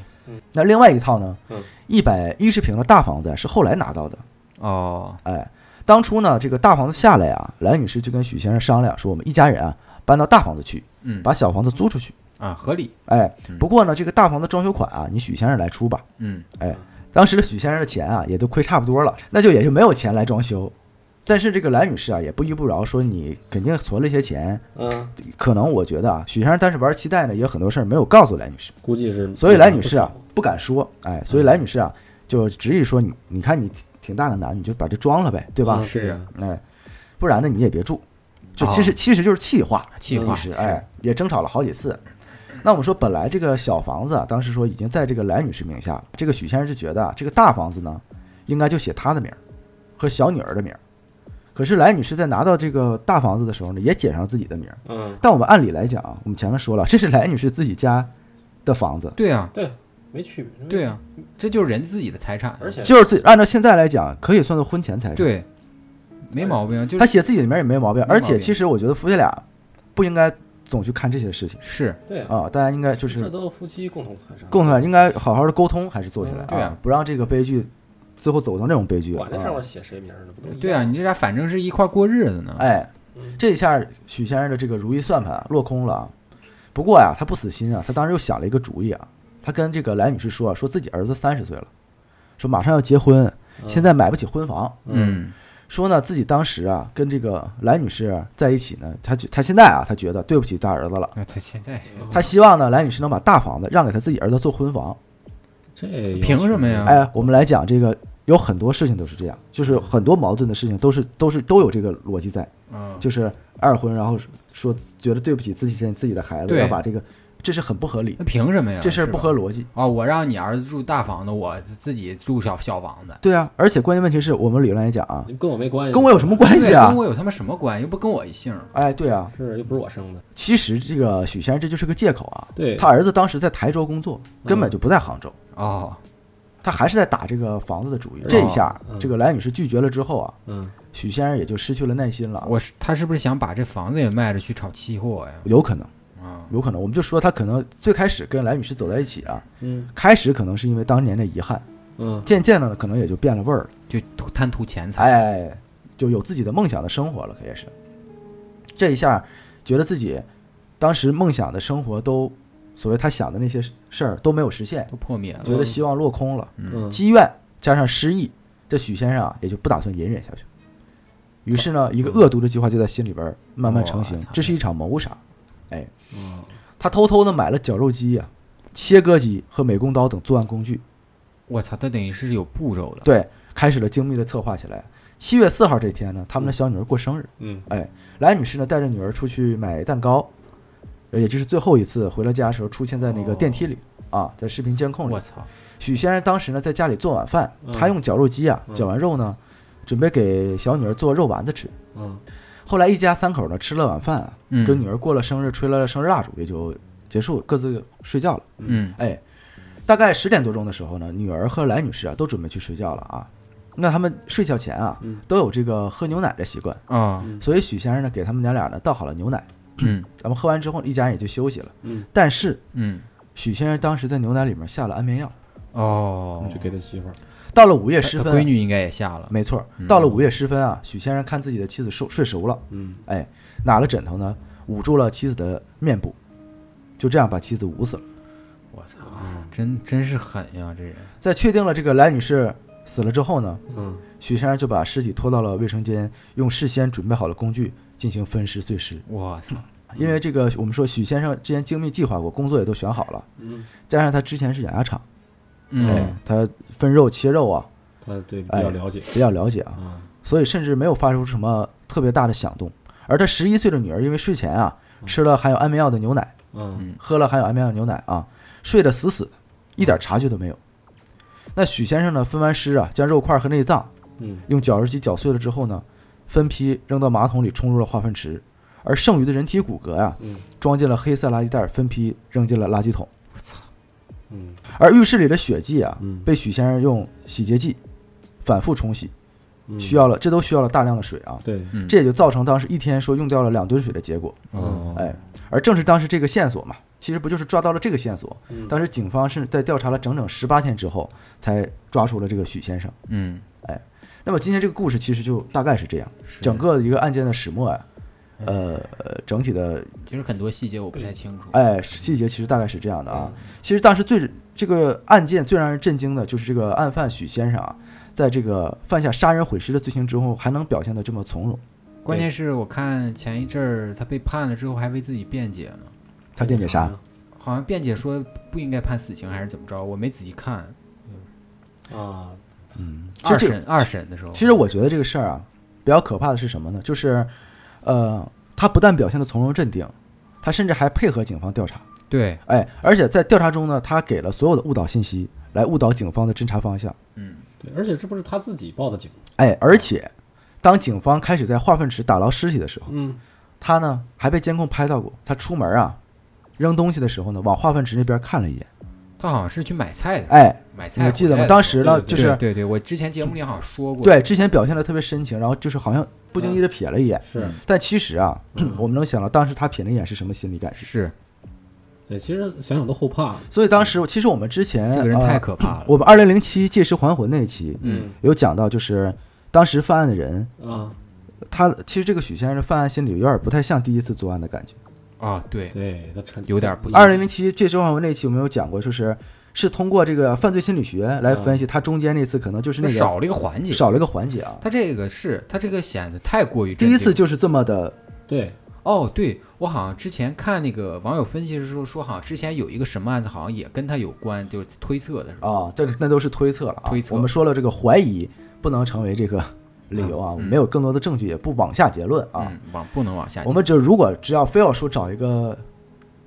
Speaker 1: 那另外一套呢
Speaker 2: 嗯，
Speaker 1: 一百一十平的大房子啊是后来拿到的，
Speaker 3: 哦，
Speaker 1: 哎，当初呢这个大房子下来啊，兰女士就跟许先生商量说，我们一家人啊搬到大房子去，
Speaker 3: 嗯
Speaker 1: 把小房子租出去。
Speaker 3: 啊，合理，
Speaker 1: 哎
Speaker 3: 嗯，
Speaker 1: 不过呢，这个大房的装修款啊，你许先生来出吧。
Speaker 3: 嗯
Speaker 1: 当时的许先生的钱啊，也都亏差不多了，那就也就没有钱来装修。但是这个兰女士啊，也不依不饶，说你肯定存了一些钱，
Speaker 2: 嗯，
Speaker 1: 可能我觉得啊，许先生当时玩期待呢，也有很多事儿没有告诉兰女士，
Speaker 2: 估计是
Speaker 1: 所以兰女士啊
Speaker 2: 嗯
Speaker 1: 不敢说，哎，所以兰女士啊就执意说你，你看你挺挺大个男，你就把这装了呗，对吧
Speaker 2: 嗯？是啊
Speaker 1: 哎，不然呢你也别住，就其实、
Speaker 3: 哦
Speaker 1: 其实就是气话，
Speaker 3: 气
Speaker 1: 意
Speaker 3: 话
Speaker 1: 识，哎，也争吵了好几次。那我们说，本来这个小房子啊，当时说已经在这个兰女士名下了，这个许先生就觉得啊，这个大房子呢，应该就写他的名儿和小女儿的名儿。可是兰女士在拿到这个大房子的时候呢，也写上自己的名儿。
Speaker 2: 嗯，
Speaker 1: 但我们按理来讲啊，我们前面说了，这是兰女士自己家的房子，
Speaker 3: 对啊，
Speaker 2: 对，没区别。
Speaker 3: 对啊，这就是人自己的财产。
Speaker 2: 嗯
Speaker 3: 啊
Speaker 2: 而且
Speaker 1: 就是自己按照现在来讲，可以算作婚前财产。，
Speaker 3: 对，没毛病啊，就
Speaker 1: 他
Speaker 3: 是
Speaker 1: 写自己里面也没毛病。
Speaker 3: 没
Speaker 1: 而
Speaker 3: 毛
Speaker 1: 且
Speaker 3: 病
Speaker 1: 其实我觉得夫妻俩不应该总去看这些事情
Speaker 3: 是
Speaker 2: 对啊，
Speaker 1: 啊，大家应该就是
Speaker 2: 这都是夫妻共同财产，
Speaker 1: 共同来应该好好的沟通，还是做起来
Speaker 2: 嗯
Speaker 3: 对啊
Speaker 1: 不让这个悲剧最后走向这种悲剧。
Speaker 2: 管那上
Speaker 1: 啊
Speaker 2: 面写谁名儿呢？不都一样
Speaker 3: 对啊，你这俩反正是一块儿过日子呢。
Speaker 1: 哎
Speaker 2: 嗯，
Speaker 1: 这一下许先生的这个如意算盘啊落空了啊。不过呀、他不死心啊，他当时又想了一个主意啊，他跟这个来女士说啊，说自己儿子三十岁了，说马上要结婚，
Speaker 2: 嗯
Speaker 1: 现在买不起婚房，
Speaker 2: 嗯
Speaker 3: 嗯，
Speaker 1: 说呢自己当时啊跟这个来女士啊在一起呢，他觉他现在啊他觉得对不起大儿子了，
Speaker 3: 那他现在是
Speaker 1: 嗯他希望呢来女士能把大房子让给他自己儿子做婚房。
Speaker 2: 这有嗯
Speaker 3: 凭什么呀
Speaker 2: 区别
Speaker 1: 哎，我们来讲这个，有很多事情都是这样，就是很多矛盾的事情都是都是都有这个逻辑在，
Speaker 3: 嗯，
Speaker 1: 就是二婚，然后说觉得对不起自己现自己的孩子，
Speaker 3: 对
Speaker 1: 要把这个，这是很不合理，
Speaker 3: 那凭什么呀？
Speaker 1: 这事儿
Speaker 3: 是
Speaker 1: 不
Speaker 3: 吧
Speaker 1: 合逻辑。
Speaker 3: 啊！我让你儿子住大房子，我自己住小小房子。
Speaker 1: 对啊，而且关键问题是我们理论来讲啊，
Speaker 2: 你跟我没关系，
Speaker 1: 跟我有什么关系
Speaker 3: 对，
Speaker 1: 啊
Speaker 3: 跟？我有他妈什么关系？又不跟我一姓儿。
Speaker 1: 哎，对啊，
Speaker 2: 是又不是我生的，
Speaker 1: 其实这个许先生这就是个借口啊。
Speaker 2: 对，
Speaker 1: 他儿子当时在台州工作，根
Speaker 3: 嗯
Speaker 1: 本就不在杭州，
Speaker 3: 哦，
Speaker 1: 他还是在打这个房子的主意。这一下，
Speaker 2: 嗯
Speaker 1: 这个来女士拒绝了之后啊，
Speaker 2: 嗯，
Speaker 1: 许先生也就失去了耐心了。
Speaker 3: 啊我是他是不是想把这房子也卖了去炒期货呀？
Speaker 1: 有可能，
Speaker 3: 啊，
Speaker 1: 有可能，我们就说他可能最开始跟来女士走在一起啊，
Speaker 2: 嗯
Speaker 1: 开始可能是因为当年的遗憾，
Speaker 2: 嗯
Speaker 1: 渐渐的呢，可能也就变了味儿了，
Speaker 3: 就图贪图钱财。
Speaker 1: 哎，就有自己的梦想的生活了，可也是。这一下觉得自己当时梦想的生活都，所谓他想的那些事儿都没有实现，
Speaker 3: 都破灭了。
Speaker 1: 觉得希望落空了，
Speaker 2: 嗯，
Speaker 1: 积怨加上失意，这许先生啊也就不打算隐忍下去。于是呢，一个恶毒的计划就在心里边儿慢慢成型
Speaker 3: 哇塞。
Speaker 1: 这是一场谋杀，
Speaker 2: 嗯
Speaker 1: 他偷偷的买了绞肉机呀、切割机和美工刀等作案工具，
Speaker 3: 我操，他等于是有步骤的。
Speaker 1: 对，开始了精密的策划起来。七月四号这天呢，他们的小女儿过生日，
Speaker 2: 嗯
Speaker 1: 莱女士呢带着女儿出去买蛋糕，呃也就是最后一次回到家的时候出现在那个电梯里、
Speaker 2: 哦
Speaker 1: 啊，在视频监控里
Speaker 3: 我。操，
Speaker 1: 许先生当时呢在家里做晚饭，
Speaker 2: 嗯
Speaker 1: 他用绞肉机啊
Speaker 2: 嗯
Speaker 1: 绞完肉呢，准备给小女儿做肉丸子吃。
Speaker 2: 嗯
Speaker 1: 后来一家三口呢吃了晚饭啊，
Speaker 3: 嗯，
Speaker 1: 跟女儿过了生日，吹了生日蜡烛，也就结束，各自睡觉了。
Speaker 3: 嗯
Speaker 1: 哎，大概十点多钟的时候呢，女儿和来女士啊都准备去睡觉了啊。那他们睡觉前啊，
Speaker 2: 嗯
Speaker 1: 都有这个喝牛奶的习惯，
Speaker 3: 啊
Speaker 2: 嗯
Speaker 1: 所以许先生呢给他们娘俩呢倒好了牛奶，
Speaker 3: 嗯
Speaker 1: 咱们喝完之后呢，一家人也就休息了。
Speaker 2: 嗯，
Speaker 1: 但是
Speaker 3: 嗯
Speaker 1: 许先生当时在牛奶里面下了安眠药，
Speaker 3: 哦，
Speaker 2: 就给他媳妇儿，
Speaker 1: 到了午夜
Speaker 3: 他
Speaker 1: 时
Speaker 3: 他
Speaker 1: 分啊、
Speaker 3: 闺女应该也下了。
Speaker 1: 没错
Speaker 3: 嗯，
Speaker 1: 到了午夜时分啊，许先生看自己的妻子睡睡熟了，
Speaker 2: 嗯
Speaker 1: 哎，拿了枕头呢捂住了妻子的面部，就这样把妻子捂死了。
Speaker 3: 我操，
Speaker 2: 嗯
Speaker 3: 真真是狠呀，这人。
Speaker 1: 在确定了这个来女士死了之后呢，
Speaker 2: 嗯
Speaker 1: 许先生就把尸体拖到了卫生间，用事先准备好的工具进行分尸碎尸。
Speaker 3: 我操，
Speaker 1: 因为这个，我们说许先生之前精密计划过，工作也都选好了，
Speaker 2: 嗯，
Speaker 1: 加上他之前是养鸭场，
Speaker 3: 嗯
Speaker 1: 哎，他分肉切肉啊
Speaker 2: 他对比较了解
Speaker 1: 比较了解啊，
Speaker 2: 啊，
Speaker 1: 所以甚至没有发出什么特别大的响动。而他十一岁的女儿因为睡前啊吃了含有安眠药的牛奶，
Speaker 2: 嗯
Speaker 1: 喝了含有安眠药的牛奶啊，睡得死死的，一点察觉都没有。那许先生呢，分完尸啊，将肉块和内脏
Speaker 2: 嗯
Speaker 1: 用绞肉机绞碎了之后呢，分批扔到马桶里冲入了化粪池，而剩余的人体骨骼呀、啊
Speaker 2: 嗯
Speaker 1: 装进了黑色垃圾袋，分批扔进了垃圾桶。
Speaker 2: 嗯
Speaker 1: 而浴室里的血迹啊，
Speaker 2: 嗯
Speaker 1: 被许先生用洗洁剂反复冲洗，
Speaker 2: 嗯，
Speaker 1: 需要了这都需要了大量的水啊，
Speaker 2: 对，
Speaker 3: 嗯，
Speaker 1: 这也就造成当时一天说用掉了两吨水的结果。
Speaker 2: 嗯
Speaker 3: 哦，
Speaker 1: 哎，而正是当时这个线索嘛，其实不就是抓到了这个线索？
Speaker 2: 嗯
Speaker 1: 当时警方是在调查了整整十八天之后，才抓出了这个许先生。
Speaker 3: 嗯，
Speaker 1: 那么今天这个故事其实就大概是这样。
Speaker 3: 是嗯
Speaker 1: 整个一个案件的始末呀、啊呃，呃整体的
Speaker 3: 其实很多细节我不太清楚。
Speaker 1: 哎细节其实大概是这
Speaker 2: 嗯
Speaker 1: 样的
Speaker 3: 嗯
Speaker 1: 啊。其实当时最这个案件最让人震惊的就是这个案犯许先生啊，在这个犯下杀人毁尸的罪行之后，还能表现得这么从容，
Speaker 3: 关键是我看前一阵儿他被判了之后，还为自己辩解呢，
Speaker 1: 他辩解
Speaker 3: 嗯
Speaker 1: 啥？
Speaker 3: 好像辩解说不应该判死刑还是怎么着，我没仔细看。
Speaker 2: 啊？
Speaker 1: 嗯，其实
Speaker 3: 二
Speaker 1: 这个
Speaker 3: 审二审的时候，
Speaker 1: 其实我觉得这个事儿啊，比较可怕的是什么呢？就是，呃，他不但表现得从容镇定，他甚至还配合警方调查。
Speaker 3: 对，
Speaker 1: 哎，而且在调查中呢，他给了所有的误导信息，来误导警方的侦查方向。
Speaker 3: 嗯，
Speaker 2: 对，而且这不是他自己报的警，
Speaker 1: 哎，而且当警方开始在化粪池打捞尸体的时候，
Speaker 2: 嗯
Speaker 1: 他呢还被监控拍到过，他出门啊扔东西的时候呢，往化粪池那边看了一眼，
Speaker 3: 他好像是去买菜的，
Speaker 1: 哎，
Speaker 3: 买
Speaker 1: 你
Speaker 3: 菜
Speaker 1: 们记
Speaker 3: 回
Speaker 1: 得
Speaker 3: 来
Speaker 1: 吗？
Speaker 3: 的
Speaker 1: 当时呢，
Speaker 2: 对对
Speaker 1: 就
Speaker 3: 对
Speaker 1: 是
Speaker 3: 对对，我之前节目里好像说过，
Speaker 1: 对之前表现的特别深情，然后就是好像不经意的瞥了一
Speaker 3: 嗯
Speaker 1: 眼，
Speaker 2: 是，
Speaker 1: 但其实啊， 我们能想到当时他瞥了一眼是什么心理感受。
Speaker 3: 是
Speaker 2: 对，其实想想都后怕。啊
Speaker 1: 所以当时其实我们之前
Speaker 3: 嗯这个人
Speaker 1: 呃
Speaker 3: 太可怕了，
Speaker 1: 我们二零零七借尸还魂那一期
Speaker 2: 嗯
Speaker 1: 有讲到，就是当时犯案的人，
Speaker 2: 啊，
Speaker 1: 他其实这个许先生犯案心理有点不太像第一次作案的感觉。
Speaker 3: 啊，对，
Speaker 2: 对他沉
Speaker 3: 有点不
Speaker 1: 二零零七借尸还魂那一期我们有讲过，就是是通过这个犯罪心理学来分析，他中间那次可能就是那个
Speaker 3: 嗯少了一个环节，
Speaker 1: 少了一个环节啊。
Speaker 3: 他这个是他这个显得太过于
Speaker 1: 第
Speaker 3: 震
Speaker 1: 一
Speaker 3: 惊
Speaker 1: 次就是这么的，
Speaker 2: 对，
Speaker 3: 哦，对我好像之前看那个网友分析的时候说，好像之前有一个什么案子，好像也跟他有关，就是推测的是吧？
Speaker 1: 啊，这那都是推测了啊。
Speaker 3: 推测
Speaker 1: 我们说了，这个怀疑不能成为这个理由啊，
Speaker 3: 嗯
Speaker 1: 没有更多的证据，也不往下结论啊。
Speaker 3: 嗯，往不能往下讲。
Speaker 1: 我们只如果只要非要说找一个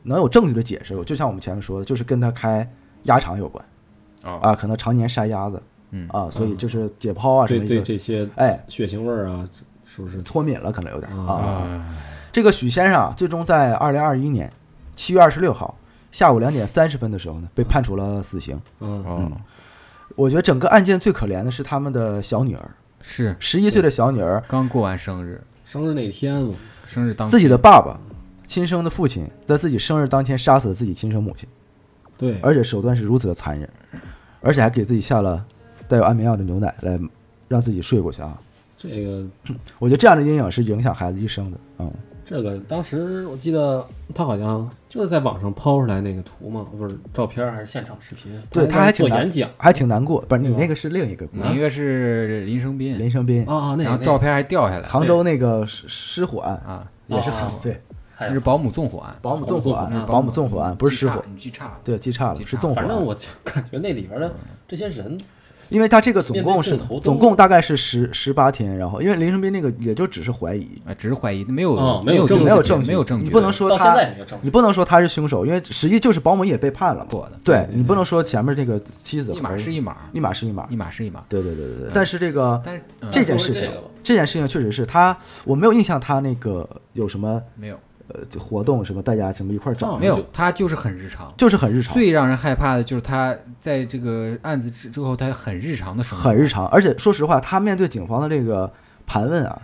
Speaker 1: 能有证据的解释，我就像我们前面说的，就是跟他开鸭场有关
Speaker 3: 哦，
Speaker 1: 啊，可能常年杀鸭子
Speaker 3: 嗯，
Speaker 1: 啊，所以
Speaker 2: 嗯
Speaker 1: 就是解剖啊什
Speaker 2: 对
Speaker 1: 么
Speaker 2: 对
Speaker 1: 的，
Speaker 2: 这些
Speaker 1: 哎
Speaker 2: 血腥味儿啊，是不是？
Speaker 1: 脱敏了可能有点
Speaker 2: 啊
Speaker 1: 啊。
Speaker 3: 啊，
Speaker 1: 这个许先生啊，最终在二零二一年七月二十六号下午两点三十分的时候呢，被判处了死刑。
Speaker 2: 嗯
Speaker 3: 哦，
Speaker 1: 我觉得整个案件最可怜的是他们的小女儿，
Speaker 3: 是
Speaker 1: 十一岁的小女儿，
Speaker 3: 刚过完生日，
Speaker 2: 生日那天嘛，
Speaker 3: 生日当
Speaker 1: 自己
Speaker 3: 天
Speaker 1: 的爸爸，亲生的父亲，在自己生日当天杀死了自己亲生母亲，
Speaker 2: 对，
Speaker 1: 而且手段是如此的残忍，而且还给自己下了带有安眠药的牛奶来让自己睡过去啊！
Speaker 2: 这个
Speaker 1: 我觉得这样的阴影是影响孩子一生的，嗯，
Speaker 2: 这个当时我记得他好像就是在网上抛出来那个图嘛，不是照片儿还是现场视频？
Speaker 1: 对他
Speaker 2: 还
Speaker 1: 还
Speaker 2: 做
Speaker 1: 挺难
Speaker 2: 演讲
Speaker 1: 还挺难过。不是你
Speaker 2: 对吧啊
Speaker 1: 那个是另一个故事，
Speaker 3: 一个是林生斌，
Speaker 1: 啊林生斌，
Speaker 2: 啊啊，那
Speaker 3: 然
Speaker 2: 个
Speaker 3: 后照片还掉下来
Speaker 1: 杭州那个失失火案
Speaker 3: 啊，
Speaker 1: 也是很
Speaker 2: 哦
Speaker 1: 对，
Speaker 3: 是保姆纵火案，
Speaker 1: 保姆纵火案，
Speaker 2: 嗯
Speaker 1: 啊保姆纵火案不是失火，
Speaker 3: 你记啊差了，
Speaker 1: 对，记差了，
Speaker 3: 记
Speaker 1: 是
Speaker 3: 差
Speaker 1: 纵火
Speaker 2: 反正
Speaker 1: 案。
Speaker 2: 我就感觉那里边的这些人，
Speaker 1: 因为他这个总共
Speaker 2: 面对
Speaker 1: 是
Speaker 2: 镜头都
Speaker 1: 总共大概是十十八天，然后因为林生斌那个也就只是怀疑，
Speaker 3: 啊，只是怀疑，没有
Speaker 2: 哦
Speaker 3: 没
Speaker 2: 没有
Speaker 3: 证
Speaker 2: 证
Speaker 1: 没有证
Speaker 3: 据，没有证据，
Speaker 1: 你不能说
Speaker 2: 到现
Speaker 1: 他
Speaker 2: 在，也没有证据
Speaker 1: 你不能说他是凶手，因为实际就是保姆也被判了嘛。
Speaker 3: 做的，
Speaker 1: 对你不能说前面这个妻子
Speaker 3: 一码
Speaker 1: 和
Speaker 3: 是一码，嗯
Speaker 1: 一码是一码
Speaker 3: 一，码是一码，
Speaker 1: 对对对对对。但是这个
Speaker 3: 但是嗯
Speaker 1: 这件事
Speaker 2: 说
Speaker 1: 情
Speaker 2: 这个吧，
Speaker 1: 这件事情确实是他，我没有印象他那个有什么
Speaker 3: 没有
Speaker 1: 呃就活动什么，大家什么一块儿找
Speaker 2: 哦，
Speaker 3: 没有
Speaker 2: 就，
Speaker 3: 他就是很日常。
Speaker 1: 就是很日常，
Speaker 3: 最让人害怕的就是他在这个案子之之后，他很日常的生活，
Speaker 1: 很日常。而且说实话，他面对警方的这个盘问啊，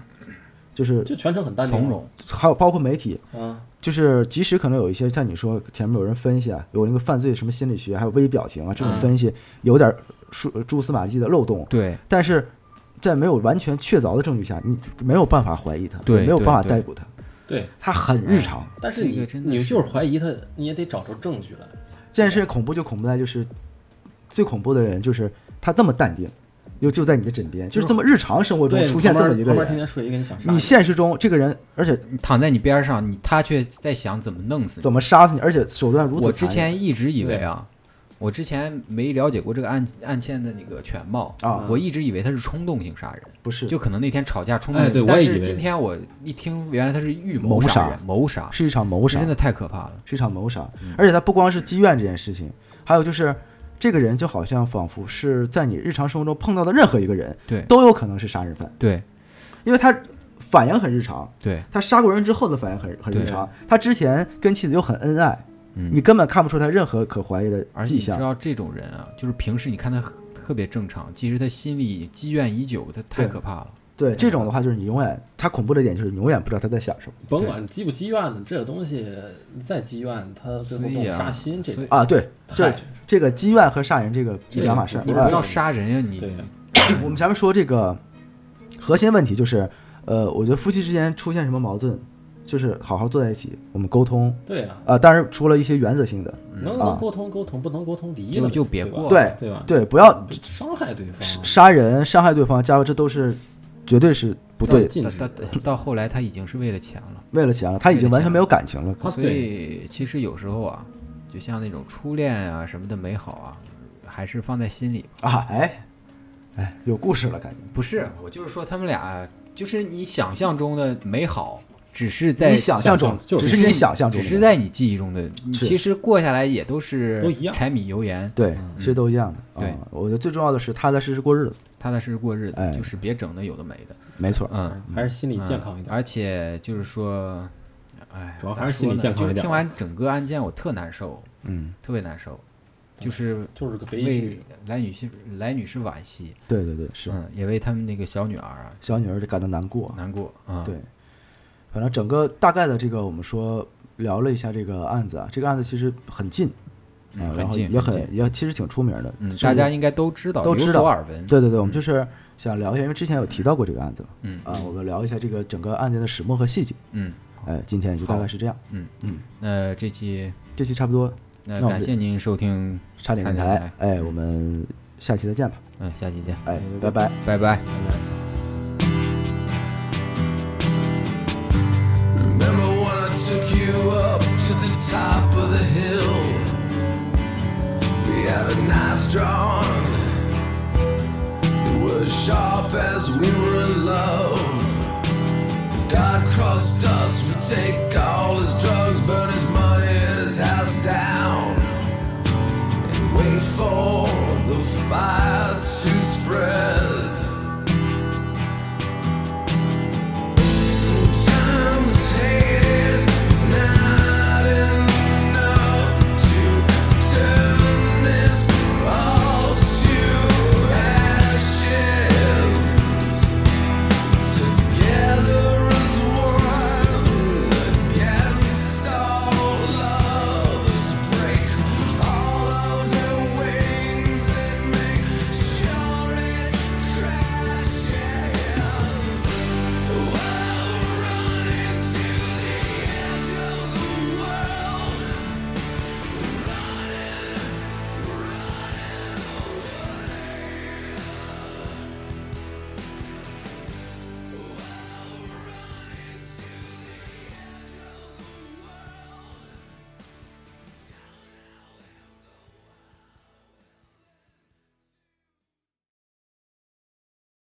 Speaker 1: 就是
Speaker 2: 就全程很淡定，
Speaker 3: 从容，
Speaker 1: 还有包括媒体，
Speaker 2: 啊，
Speaker 1: 就是即使可能有一些像你说前面有人分析啊，有那个犯罪什么心理学，还有微表情啊这种分析，有点蛛蛛丝马迹的漏洞，
Speaker 3: 对
Speaker 1: 但是在没有完全确凿的证据下，你没有办法怀疑他，
Speaker 3: 对
Speaker 1: 没有办法
Speaker 3: 对
Speaker 1: 逮捕他，
Speaker 2: 对。
Speaker 1: 他很日常。
Speaker 2: 但是
Speaker 3: 这
Speaker 2: 你
Speaker 3: 个真的
Speaker 2: 你
Speaker 3: 是
Speaker 2: 就是怀疑他，你也得找出证据来。
Speaker 3: 嗯
Speaker 1: 这件事恐怖就恐怖在就是，最恐怖的人就是他这么淡定，又就在你的枕边，就是这么日常生活中
Speaker 2: 对，
Speaker 1: 出现这么一个
Speaker 2: 旁边
Speaker 1: 人。
Speaker 2: 天天睡一个你想杀
Speaker 1: 你现实中这个人，而且
Speaker 3: 躺在你边上，你他却在想怎么弄死你。
Speaker 1: 怎么杀死你，而且手段如此残忍。
Speaker 3: 我之前一直以为啊，我之前没了解过这个案案件的那个全貌
Speaker 1: 啊
Speaker 3: 我一直以为他是冲动性杀人，
Speaker 1: 不是，
Speaker 3: 就可能那天吵架冲动
Speaker 2: 哎
Speaker 3: 性。
Speaker 2: 对
Speaker 3: 但
Speaker 2: 我也
Speaker 3: 是
Speaker 2: 以为
Speaker 3: 今天我一听，原来他是预
Speaker 1: 谋
Speaker 3: 谋杀
Speaker 1: 杀
Speaker 3: 人，谋杀，
Speaker 1: 是一场谋
Speaker 3: 这
Speaker 1: 杀
Speaker 3: 真，的太可怕了。
Speaker 1: 是一场谋杀
Speaker 3: 嗯。
Speaker 1: 而且他不光是积怨这件事情，还有就是这个人就好像仿佛是在你日常生活中碰到的任何一个人
Speaker 3: 对
Speaker 1: 都有可能是杀人犯，
Speaker 3: 对
Speaker 1: 因为他反应很日常，
Speaker 3: 对，
Speaker 1: 他杀过人之后的反应很很日常。他之前跟妻子又很恩爱，
Speaker 3: 嗯
Speaker 1: 你。根本看不出他任何可怀疑的
Speaker 3: 而且
Speaker 1: 迹
Speaker 3: 你知
Speaker 1: 象。
Speaker 3: 道这种人啊，就是平时你看他很特别正常，其实他心里积怨已久，他太
Speaker 1: 对
Speaker 3: 可怕了。
Speaker 1: 对这
Speaker 3: 嗯
Speaker 1: 种的话，就是你永远他恐怖的一点就是你永远不知道他在想什么
Speaker 2: 甭管积不积怨的，这个东西你再积怨，他最后
Speaker 3: 所
Speaker 2: 动
Speaker 3: 以啊
Speaker 2: 杀心，这
Speaker 3: 所以
Speaker 2: 个
Speaker 1: 啊。对，这
Speaker 2: 太
Speaker 1: 这个积怨和杀人这个
Speaker 2: 这个
Speaker 1: 两码事儿。
Speaker 3: 你
Speaker 2: 不
Speaker 3: 不
Speaker 2: 是
Speaker 1: 啊
Speaker 3: 要杀人呀，你哎
Speaker 2: 对呀
Speaker 1: 我们前面说这个核心问题就是，呃，我觉得夫妻之间出现什么矛盾，就是好好坐在一起，我们沟通
Speaker 2: 对啊，
Speaker 1: 啊、当然除了一些原则性的，
Speaker 2: 能
Speaker 1: 啊
Speaker 2: 能沟通沟通，不能沟通离
Speaker 3: 嗯就
Speaker 2: 了
Speaker 3: 就别
Speaker 2: 对吧
Speaker 3: 过了。
Speaker 1: 对
Speaker 2: 对吧？
Speaker 1: 对，不要
Speaker 2: 伤害对方，
Speaker 1: 杀人伤害对方，加油，这都是绝对是不
Speaker 2: 不
Speaker 1: 对。
Speaker 2: 禁止
Speaker 3: 到到到后来他已经是为了钱了。
Speaker 1: 为了钱了，他已经完全没有感情了。
Speaker 2: 他
Speaker 3: 所
Speaker 2: 对
Speaker 3: 以其实有时候啊，就像那种初恋啊什么的美好啊，还是放在心里。
Speaker 1: 啊，哎，哎，有故事了，感觉
Speaker 3: 不是，我就是说他们俩，就是你想象中的美好，只是在
Speaker 1: 你想象中，
Speaker 2: 就是
Speaker 1: 只是你想象中
Speaker 3: 只
Speaker 1: 的，
Speaker 3: 是在你记忆中的，你
Speaker 1: 是
Speaker 3: 其实过下来也都是
Speaker 2: 都一样
Speaker 3: 柴米油盐，
Speaker 1: 对，其实都一样的。
Speaker 3: 对
Speaker 1: 啊，我觉得最重要的是踏踏实实过日子，
Speaker 3: 踏踏实实过日子
Speaker 1: 哎，
Speaker 3: 就是别整的有的没的。
Speaker 1: 没错。
Speaker 3: 嗯，
Speaker 2: 啊还是心理健康一点。
Speaker 3: 而且就是说，哎，
Speaker 2: 主要
Speaker 3: 咋
Speaker 2: 还是心理
Speaker 3: 说呢
Speaker 2: 健康一
Speaker 3: 就是
Speaker 2: 点
Speaker 3: 听完整个案件，我特难受，
Speaker 1: 嗯，
Speaker 3: 特别难受。就是
Speaker 2: 就是个肥
Speaker 3: 嗯为
Speaker 2: 剧，
Speaker 3: 来女士来女士惋惜，
Speaker 1: 对对对，是
Speaker 3: 嗯，也为他们那个小女儿啊
Speaker 1: 小女儿就感到难过。
Speaker 3: 难过啊。
Speaker 1: 对，反正整个大概的这个我们说聊了一下这个案子啊，这个案子其实很近
Speaker 3: 嗯
Speaker 1: 啊，然
Speaker 3: 很
Speaker 1: 后
Speaker 3: 近，
Speaker 1: 也
Speaker 3: 很
Speaker 1: 很
Speaker 3: 近
Speaker 1: 也其实挺出名的，
Speaker 3: 嗯，
Speaker 1: 是
Speaker 3: 大家应该都知道，
Speaker 1: 都知
Speaker 3: 有
Speaker 1: 道
Speaker 3: 所耳闻。
Speaker 1: 对对对，我们就是想聊一下，因为之前有提到过这个案子嘛，
Speaker 3: 嗯
Speaker 1: 啊，我们聊一下这个整个案件的始末和细节。
Speaker 3: 嗯，
Speaker 1: 哎，今天也就大概是这样，
Speaker 3: 那这期
Speaker 1: 这期差不多，
Speaker 3: 那
Speaker 1: 那我们
Speaker 3: 感谢您收听，
Speaker 1: 差点
Speaker 3: 差
Speaker 1: 电
Speaker 3: 点
Speaker 1: 台，哎，我们下期再见吧，
Speaker 3: 嗯，下期见，
Speaker 1: 哎，拜拜。
Speaker 3: 拜拜。
Speaker 4: Remember when I took you up to the top of the hill? We had our knives drawn. They were sharp as we were in love. If God crossed us, we'd take all his drugs, burn his money and his house down. And wait for the fire to spread.